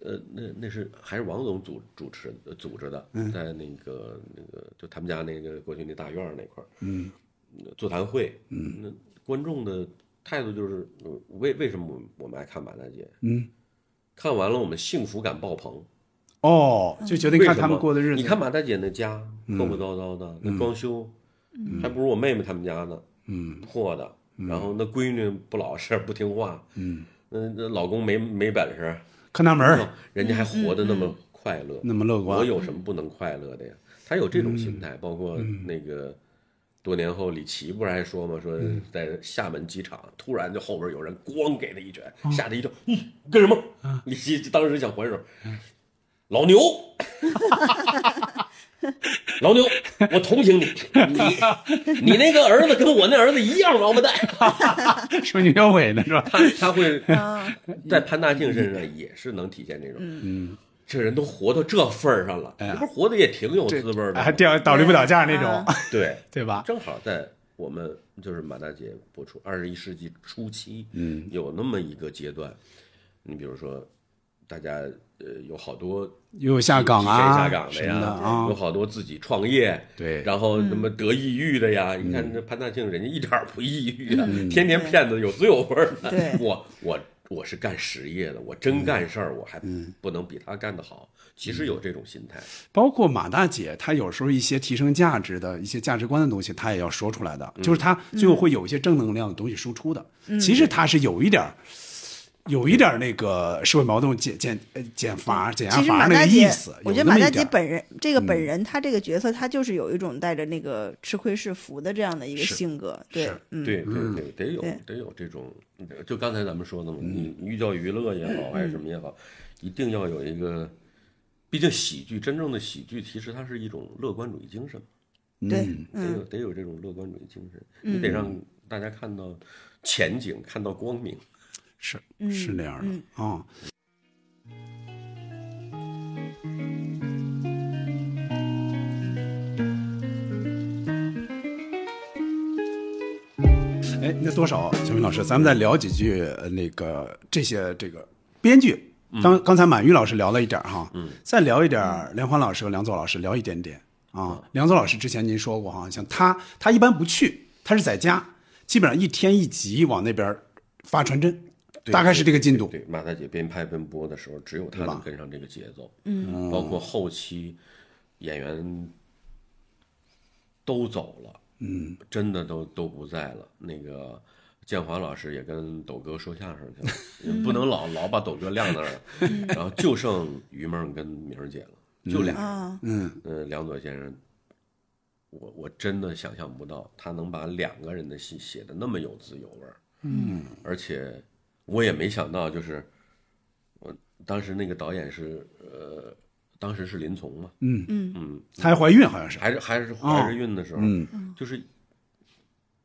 呃，那那是还是王总主主持呃组织的，嗯在那个那个就他们家那个国庆那大院儿那块儿，嗯座谈会，嗯，那观众的态度就是，呃为为什么我们我们爱看马大姐？嗯，看完了我们幸福感爆棚，哦，就决定为看什他们么过的日子。你看马大姐那家嗯破破糟糟的，那嗯装修嗯还不如我妹妹他们家呢，嗯破的。然后那闺女不老实，不听话，嗯，那那老公没没本事，看大门儿，人家还活得那嗯么快乐，那么乐观嗯我有什么不能快乐的呀？他有这种心态，包括那个多年后李琦不是还说嘛，说嗯在厦门机场突然就后边有人咣给他一拳，啊吓他一跳，嗯，干什么？李琦当时想还手，啊老 牛，老牛，我同情你，你你那个儿子跟我那儿子一样王八蛋， 说你要尾呢是吧？他他会 在潘大庆身上也是能体现这种，嗯，哎这人都活到这份儿上了，这不是活得也挺有滋味儿的吗，还掉倒驴不倒架那种，对啊 对吧？正好在我们就是马大姐播出二十一世纪初期，嗯有那么一个阶段，你比如说，大家呃有好多又下岗啊提前下岗什的么呀，的啊有好多自己创业，对嗯然后什么得抑郁的呀，你看这潘大庆人家一点儿不抑郁啊，天天骗子有滋有味儿的，对 我我。我是干实业的，我真干事儿，我还嗯不能比他干得好。其实有这种心态，包括马大姐，她有时候一些提升价值的一些价值观的东西，她也要说出来的，就是她最后会有一些正能量的东西输出的。嗯其实她是有一点儿，有一点儿那个社会矛盾减减呃减阀减压嗯其实阀马那大个意姐思，，我有觉那得马么大一姐点儿本人这个嗯本人，她这个角色，她就是有一种带着那个吃亏是福的这样的一个是性格，对是，嗯，对对对，得有对得有这种，就刚才咱们说的嘛，嗯你寓教于乐也好，还是什么也好，一定要有一个，毕竟喜剧真正的喜剧，其实它是一种乐观主义精神，对嗯，得有嗯，得有这种乐观主义精神，你得让大家看到前景，看到光明。是嗯是那样嗯的啊。哎，那多少，小明老师，咱们再聊几句呃那个这些这个编剧。刚刚才满玉老师聊了一点儿哈，嗯，再聊一点儿梁欢老师和梁左老师聊一点点啊。梁左老师之前您说过哈，像他他一般不去，他是在家，基本上一天一集往那边儿发传真，对大概是这个进度。对，马大姐边拍边播的时候，只有她对吧能跟上这个节奏。嗯，包括后期演员都走了，嗯，真的都都不在了。那个建华老师也跟斗哥说相声去了， 也不能老老把斗哥晾那儿了。嗯然后就剩于梦跟明儿姐了，就俩人。啊，嗯嗯，梁左先生，我我真的想象不到他能把两个人的戏写的那么有滋有味儿。嗯而且我也没想到，就是我当时那个导演是呃，当时是林从嘛，嗯，嗯嗯，她还怀孕好像是，还是还是怀着孕的时候，嗯就是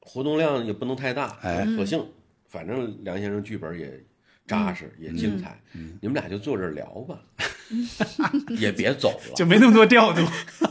活动量也不能太大，哎索性反正梁先生剧本也扎实，也精彩，嗯你们俩就坐这儿聊吧， 也别走就了，没那么多调 度，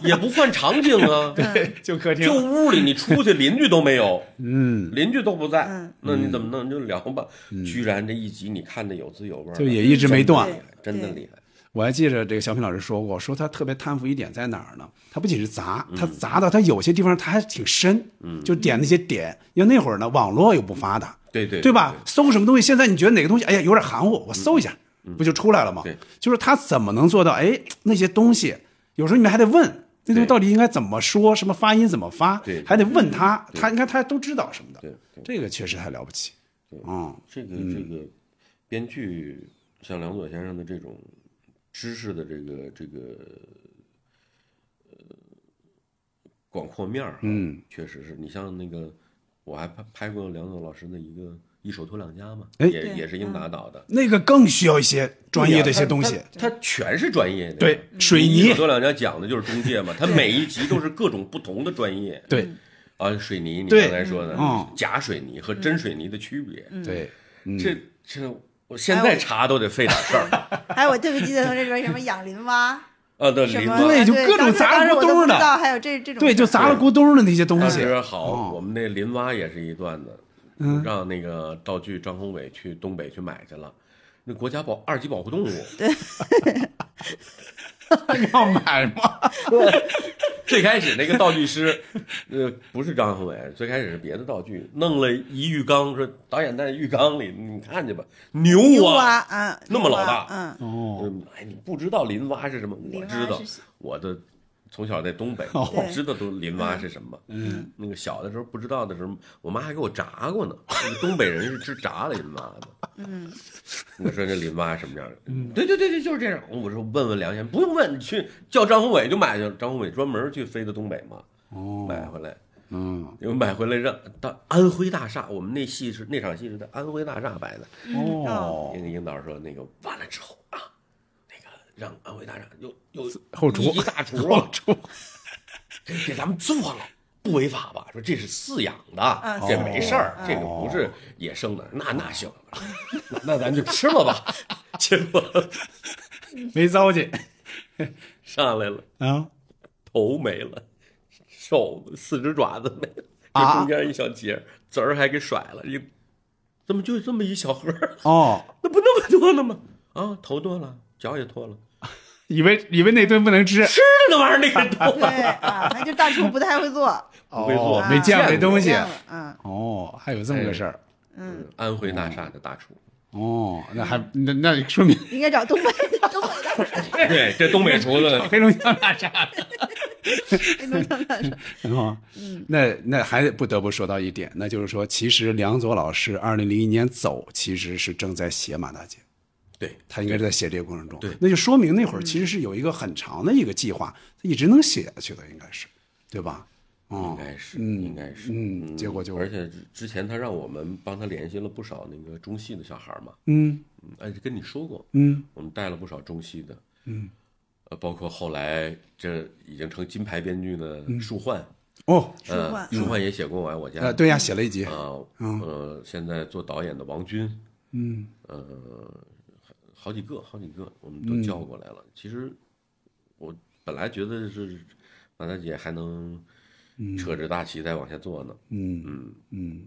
也不换场景啊， 就客厅就。屋里你出去邻居都没有， 嗯，邻居都不在，嗯那你怎么弄？你就聊吧。居然这一集你看的有滋有味儿，就也一直没断真的厉害真的厉害。我还记着这个小品老师说过，说他特别贪腐一点在哪儿呢？他不仅是砸，嗯他砸到他有些地方他还挺深，嗯，就点那些点。因为那会儿呢，网络又不发达，对对对吧？？搜什么东西，现在你觉得哪个东西，哎呀，有点含糊，我搜一下，不就出来了吗？对，就是他怎么能做到？哎，那些东西，有时候你们还得问。那东西对到底应该怎么说？什么发音怎么发？对还得问他，他你看他都知道什么的。对对，这个确实太了不起。嗯，这个这个编剧像梁左先生的这种知识的这个这个呃广阔面儿，嗯，确实是你像那个我还拍拍过梁左老师的一个《一手托两家》嘛，哎也对嗯也是英达导的。那个更需要一些专业的一些东西。它全是专业的呀。对水泥左两家讲的就是中 介嘛，它每一集都是各种不同的专业。对啊，水泥，你对刚才说的嗯假水泥和真水泥的区别，嗯对，嗯这哎这我现在查都得费点事儿。还有我特别记得从这边什么养林蛙，啊，对，什梨么子，对，就各种杂了咕当时我都咚不知道的，还有这这种对，就事儿杂了咕咚的那些东当西时。哦好，我们那林蛙也是一段子，嗯让那个道具张宏伟去东北去买去了，那国家保二级保护动物， 要买吗？ 最开始那个道具师，呃，不是张宏伟，最开始是别的道具，弄了一浴缸，说导演在浴缸里，你看去吧，牛啊牛蛙蛙，，嗯，那么老大牛蛙嗯，哦，哎，你不知道林蛙是什么？我知道林蛙是，我的从小在东北，哦我知道都林蛙是什么。嗯，那个小的时候不知道的时候，我妈还给我炸过呢。那个东北人是吃炸林蛙的。嗯，我说这林蛙什么样的？嗯对对对对，就是这样。我说问问梁先生，不用问，你去叫张宏伟就买去了。张宏伟专门去飞的东北嘛，买哦，回来，嗯，又买回来让到安徽大厦，我们那戏是那场戏是在安徽大厦摆的。哦那，个英导说那个完了之后啊，那个让安徽大厦有有后厨一级大 厨后啊，厨，给咱们做了。不违法吧？说这是饲养的嗯，这没事儿饲这个养，哦不是野生的。那那行， 那那咱就吃了吧。结果没糟践上来了，啊头没了，手四只爪子没了，啊这中间一小节儿，籽儿还给甩了，一怎么就这么一小盒儿？ 哦，那不那么多了吗？啊，头剁了，脚也剁了，以为以为那顿不能吃，吃了那玩意儿那个对头啊，那就大厨不太会做， 不会做哦，没见过过这东西见了嗯哦，还有这么个事儿嗯，安徽大厦的大 厨，哦，那还嗯那那说明应该找东北东北的 对，这东北厨子黑龙江大厦黑龙江大师，哦，嗯那那还得不得不说到一点，那就是说，其实梁左老师二零零一年走，其实是正在写《马大姐》， 对他应该是在写这个过程中，对嗯那就说明那会儿其实是有一个很长的一个计划，他一直能写下去的，应该是，对吧？应哦，该是，嗯应该是，嗯结果就而且之之前他让我们帮他联系了不少那个中戏的小孩儿嘛，嗯嗯哎，跟你说过，嗯，我们带了不少中戏的，嗯，呃，包括后来这已经成金牌编剧的嗯舒焕，哦，呃舒焕舒焕也写过《我爱我家》呃，对呀，写了一集，啊，嗯呃，现在做导演的王军，嗯，呃，好几个，好几个，我们嗯都叫过来了。其实我本来觉得是马大姐还能扯着大旗再往下做呢，嗯嗯，嗯，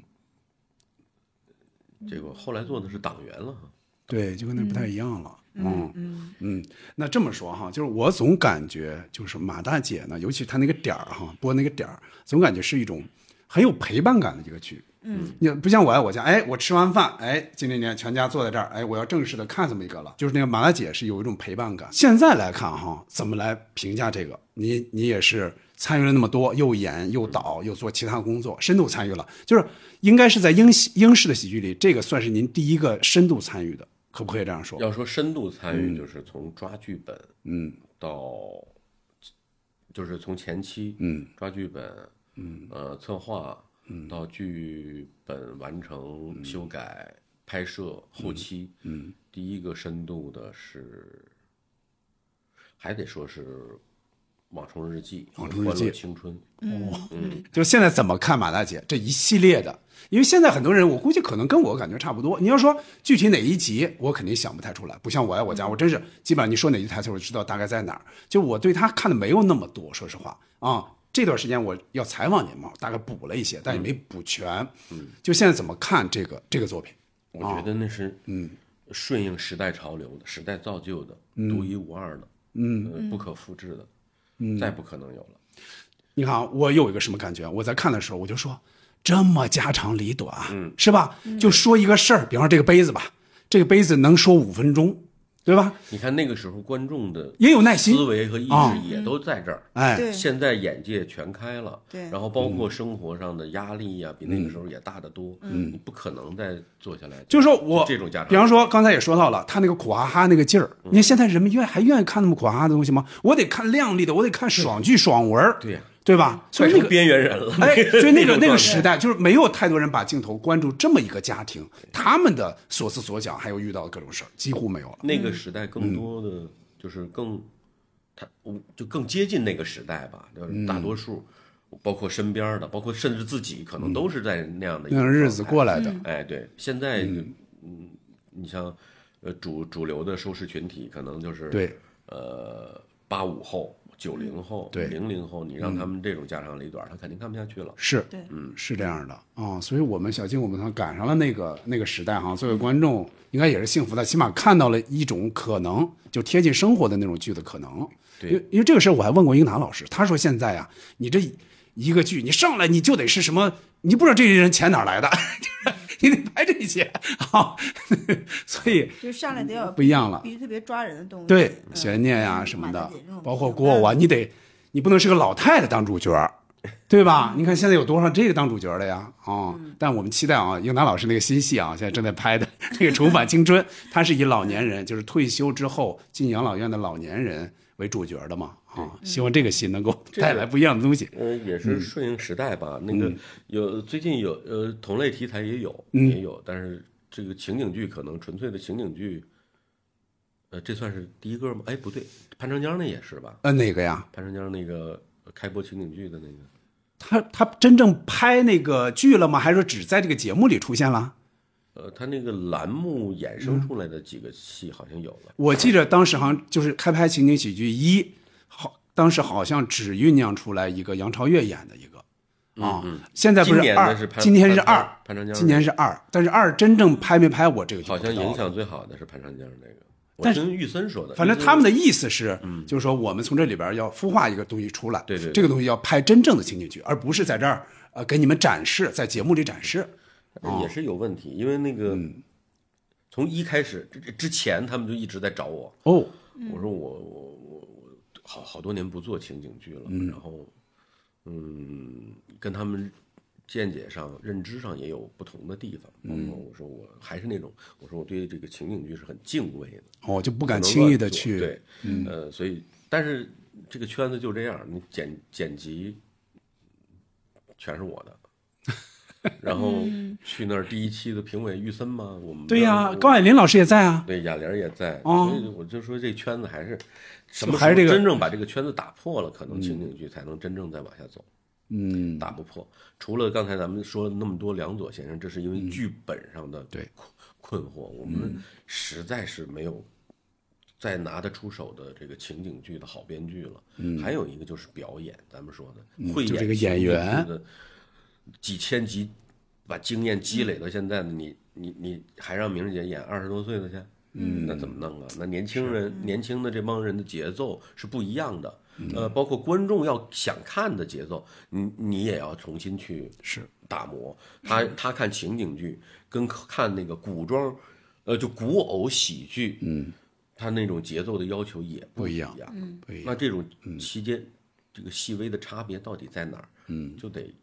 结果后来做的是党员了哈。哦对，就跟那不太一样了，嗯嗯，嗯，那这么说哈，就是我总感觉，就是马大姐呢，尤其她那个点儿哈，播那个点儿，总感觉是一种很有陪伴感的一个剧。嗯，你不像我爱我家，哎，我吃完饭，哎，今天呢全家坐在这儿，哎，我要正式的看这么一个了，就是那个马大姐是有一种陪伴感。现在来看哈，怎么来评价这个？你你也是参与了那么多，又演又导又做其他工作，深度参与了，就是应该是在英戏英式的喜剧里，这个算是您第一个深度参与的，可不可以这样说？要说深度参与，就是从抓剧本，嗯，到就是从前期，嗯，抓剧本，嗯，呃，策划，嗯，到剧本完成、修改、拍摄、后期，嗯，第一个深度的是，还得说是《网虫日记》《网虫日记欢乐青春》，就现在怎么看马大姐这一系列的？因为现在很多人，我估计可能跟我感觉差不多。你要说具体哪一集，我肯定想不太出来，不像我爱我家，我真是基本上你说哪句台词，我就知道大概在哪儿。就我对他看的没有那么多，说实话啊。这段时间我要采访您嘛，我大概补了一些，但也没补全。嗯，就现在怎么看这个这个作品？我觉得那是嗯，顺应时代潮流的、时代造就的、独一无二的，嗯、不可复制的，嗯，再不可能有了。你看啊，我有一个什么感觉？我在看的时候，我就说这么家长里短，是吧？就说一个事儿，比方说这个杯子吧，这个杯子能说五分钟，对吧？你看那个时候观众的也有耐心思维和意啊识也都在这儿。哎，对现在眼界全开了，对然后包括生活上的压力呀、比那个时候也大得多。嗯，你不可能再坐下来，就是说我这种家长，嗯比方说刚才也说到了，他那个苦哈哈那个劲儿，你看现在人们愿还愿意看那么苦哈哈的东西吗？我得看靓丽的，我得看爽剧爽文儿对呀对吧？所快以那成个边缘人了。 哎，所以那个种状那态个时代，就是没有太多人把镜头关注这么一个家庭，他们的所思所想，还有遇到的各种事儿，几乎没有了。那嗯个时代更多的就是更，他就更接近那个时代吧，嗯就是大多数，包括身边的，包括甚至自己，可能都是在那样的一嗯那样日子过来。来的，哎，对，现在嗯你像呃主主流的收视群体，可能就是对呃八五后、九零后、嗯对嗯零零后，你让他们这种家长里短，他肯定看不下去了。是，对，嗯，是这样的啊、所以我们小金，我们算赶上了那个那个时代哈。作为观众，应该也是幸福的，起码看到了一种可能，就贴近生活的那种剧的可能。对因为因为这个事儿，我还问过英达老师，他说现在呀、你这一个剧，你上来你就得是什么，你不知道这些人钱哪儿来的， 你得拍这些 啊。所以 就是上来得要不一样了必须特别抓人的东西。嗯对悬念呀、什么的，包括过往，你得你不能是个老太太当主角儿，对吧？你看现在有多少这个当主角的呀？啊、但我们期待啊，英达老师那个新戏啊，现在正在拍的那个《重返青春》，他是以老年人，就是退休之后进养老院的老年人为主角的嘛。啊，希望这个戏能够这个带来不一样的东西。呃，也是嗯顺应时代吧。那个嗯有最近有呃同类题材也有、嗯也有，但是这个情景剧可能纯粹的情景剧，呃，这算是第一个吗？哎，不对，潘长江那也是吧？呃，哪个呀？潘长江那个呃开播情景剧的那个，他他真正拍那个剧了吗？还是说只在这个节目里出现了？呃，他那个栏目衍嗯生出来的几个戏好像有了。我记着当时好像就是开拍情景喜剧一，好，当时好像只酝酿出来一个杨超越演的一个。啊嗯嗯现在不今年的二是，潘今天是潘二，潘长江今年是二，但是二真正拍没拍我这个就好不知像道了影响最好的是潘长江那个，我但是跟玉森说的，反正玉森他们的意思是，就是说我们从这里边要孵化一个东西出来，嗯对对对这个东西要拍真正的情景剧，而不是在这儿呃给你们展示，在节目里展示。呃哦也是有问题，因为那个嗯从一开始之之前，他们就一直在找我。哦，我说我我我我好好多年不做情景剧了，嗯然后嗯，跟他们见解上、认知上也有不同的地方。包嗯括我说我还是那种，我说我对这个情景剧是很敬畏的，哦就不敢能轻易乱做地去对，嗯呃，所以但是这个圈子就这样，你剪剪辑全是我的。然后嗯 去那儿第一期的评委玉森嘛，我们对呀我，高海林老师也在啊，对，雅玲儿也在，哦所以我就说这圈子还是什么时还是候这个真正把这个圈子打破了，可能情景剧才能真正再往下走，嗯，打不破。除了刚才咱们说了那么多梁左先生，这是因为剧本上的嗯对嗯困惑，我们实在是没有再拿得出手的这个情景剧的好编剧了。嗯还有一个就是表演，咱们说的嗯会就演这个情演景剧员的几千集，把经验积累到现在的你，你你还让明儿姐演二十多岁的去？嗯那怎么弄啊？那年轻人、年轻的这帮人的节奏是不一样的，嗯呃，包括观众要想看的节奏，你你也要重新去是打磨。他他看情景剧跟看那个古装，呃，就古偶喜剧，嗯，他那种节奏的要求也不一一样嗯不一样那这种期间，这个细微的差别到底在哪儿？嗯就得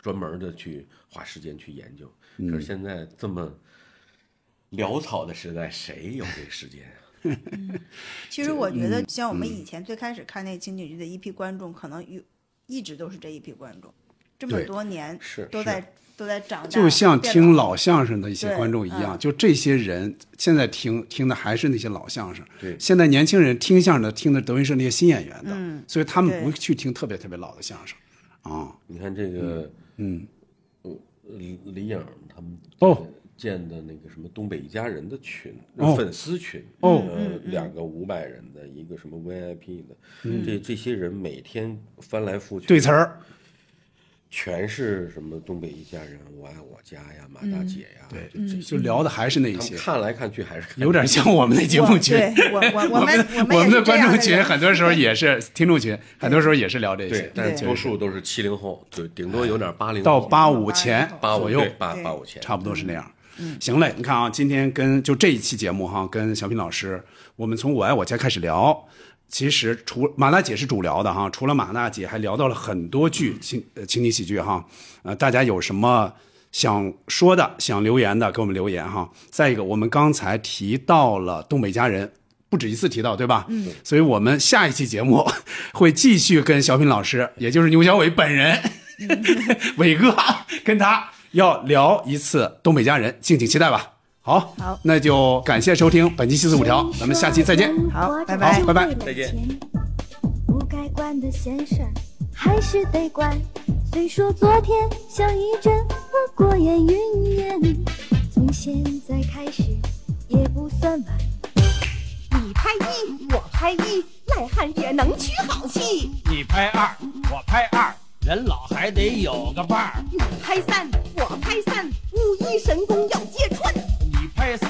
专门的去花时间去研究。嗯可是现在这么潦草的时代，谁有这时间啊？其实我觉得，像我们嗯以前最开始看那个情景剧的一批观众，可能有一直都是这一批观众，这么对多年是都是在都在长大，就像变听老老相声的一些对观众一样，嗯就这些人现在听听的还是那些老相声。对现在年轻人听相声的听的等于是那些新演员的，嗯所以他们对不去听特别特别老的相声。啊，你看这个，呃嗯，李李颖他们哦建的那个什么东北一家人的群，哦粉丝群哦呃，两个五百人的一个什么 VIP 的，嗯这这些人每天翻来覆去对词儿，全是什么东北一家人，我爱我家呀，马大姐呀，对这嗯这就聊的还是那一些嗯他们看来看去还是看有点像我们那节目群。我对我我我们的我 们也我们的是这观样众的群人很多时候也是听众群，很多时候也是聊这些对，，但是确多实数都是七零后，对，顶多有点八零到八五前八五左右，八八五前，差不多是那样。行嘞，你看啊，今天跟就这一期节目哈，跟小品老师，我们从我爱我家开始聊。其实除马大姐是主聊的哈，除了马大姐，还聊到了很多剧情呃情景喜剧哈。呃，大家有什么想说的、想留言的，给我们留言哈。再一个，我们刚才提到了东北家人，不止一次提到，对吧？嗯所以我们下一期节目会继续跟小品老师，也就是牛小伟本人，伟哥跟他要聊一次东北家人，敬请期待吧。好，好，那就感谢收听本期七四五条，咱们下期再见。好，拜好拜拜再见。不该管的闲事儿还是得管。虽说昨天像一阵风过眼云烟，从现在开始也不算晚。你拍一，我拍一，来代汉也能屈好气。你拍二，我拍二，人老还得有个伴儿。你拍三，我拍三，武艺神功要揭穿。你拍四，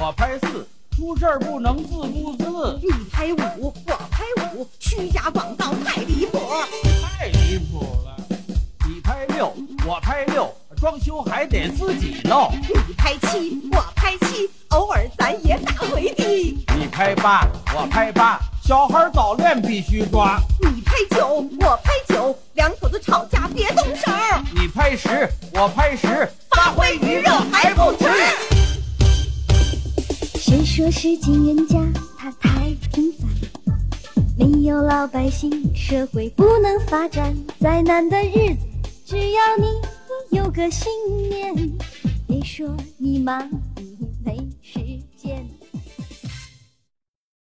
我拍四，出事儿不能自顾自。你拍五，我拍五，虚假广告太离谱。太离谱了！你拍六，我拍六，装修还得自己弄。你拍七，我拍七，偶尔咱也打回的。你拍八，我拍八，小孩儿早恋必须抓。你拍九，我拍九，两口子吵架别动手。你拍十，我拍十，发挥余热还不迟。谁说市井人家他太平凡？没有老百姓，社会不能发展。再难的日子，只要你有个信念。别说你忙，你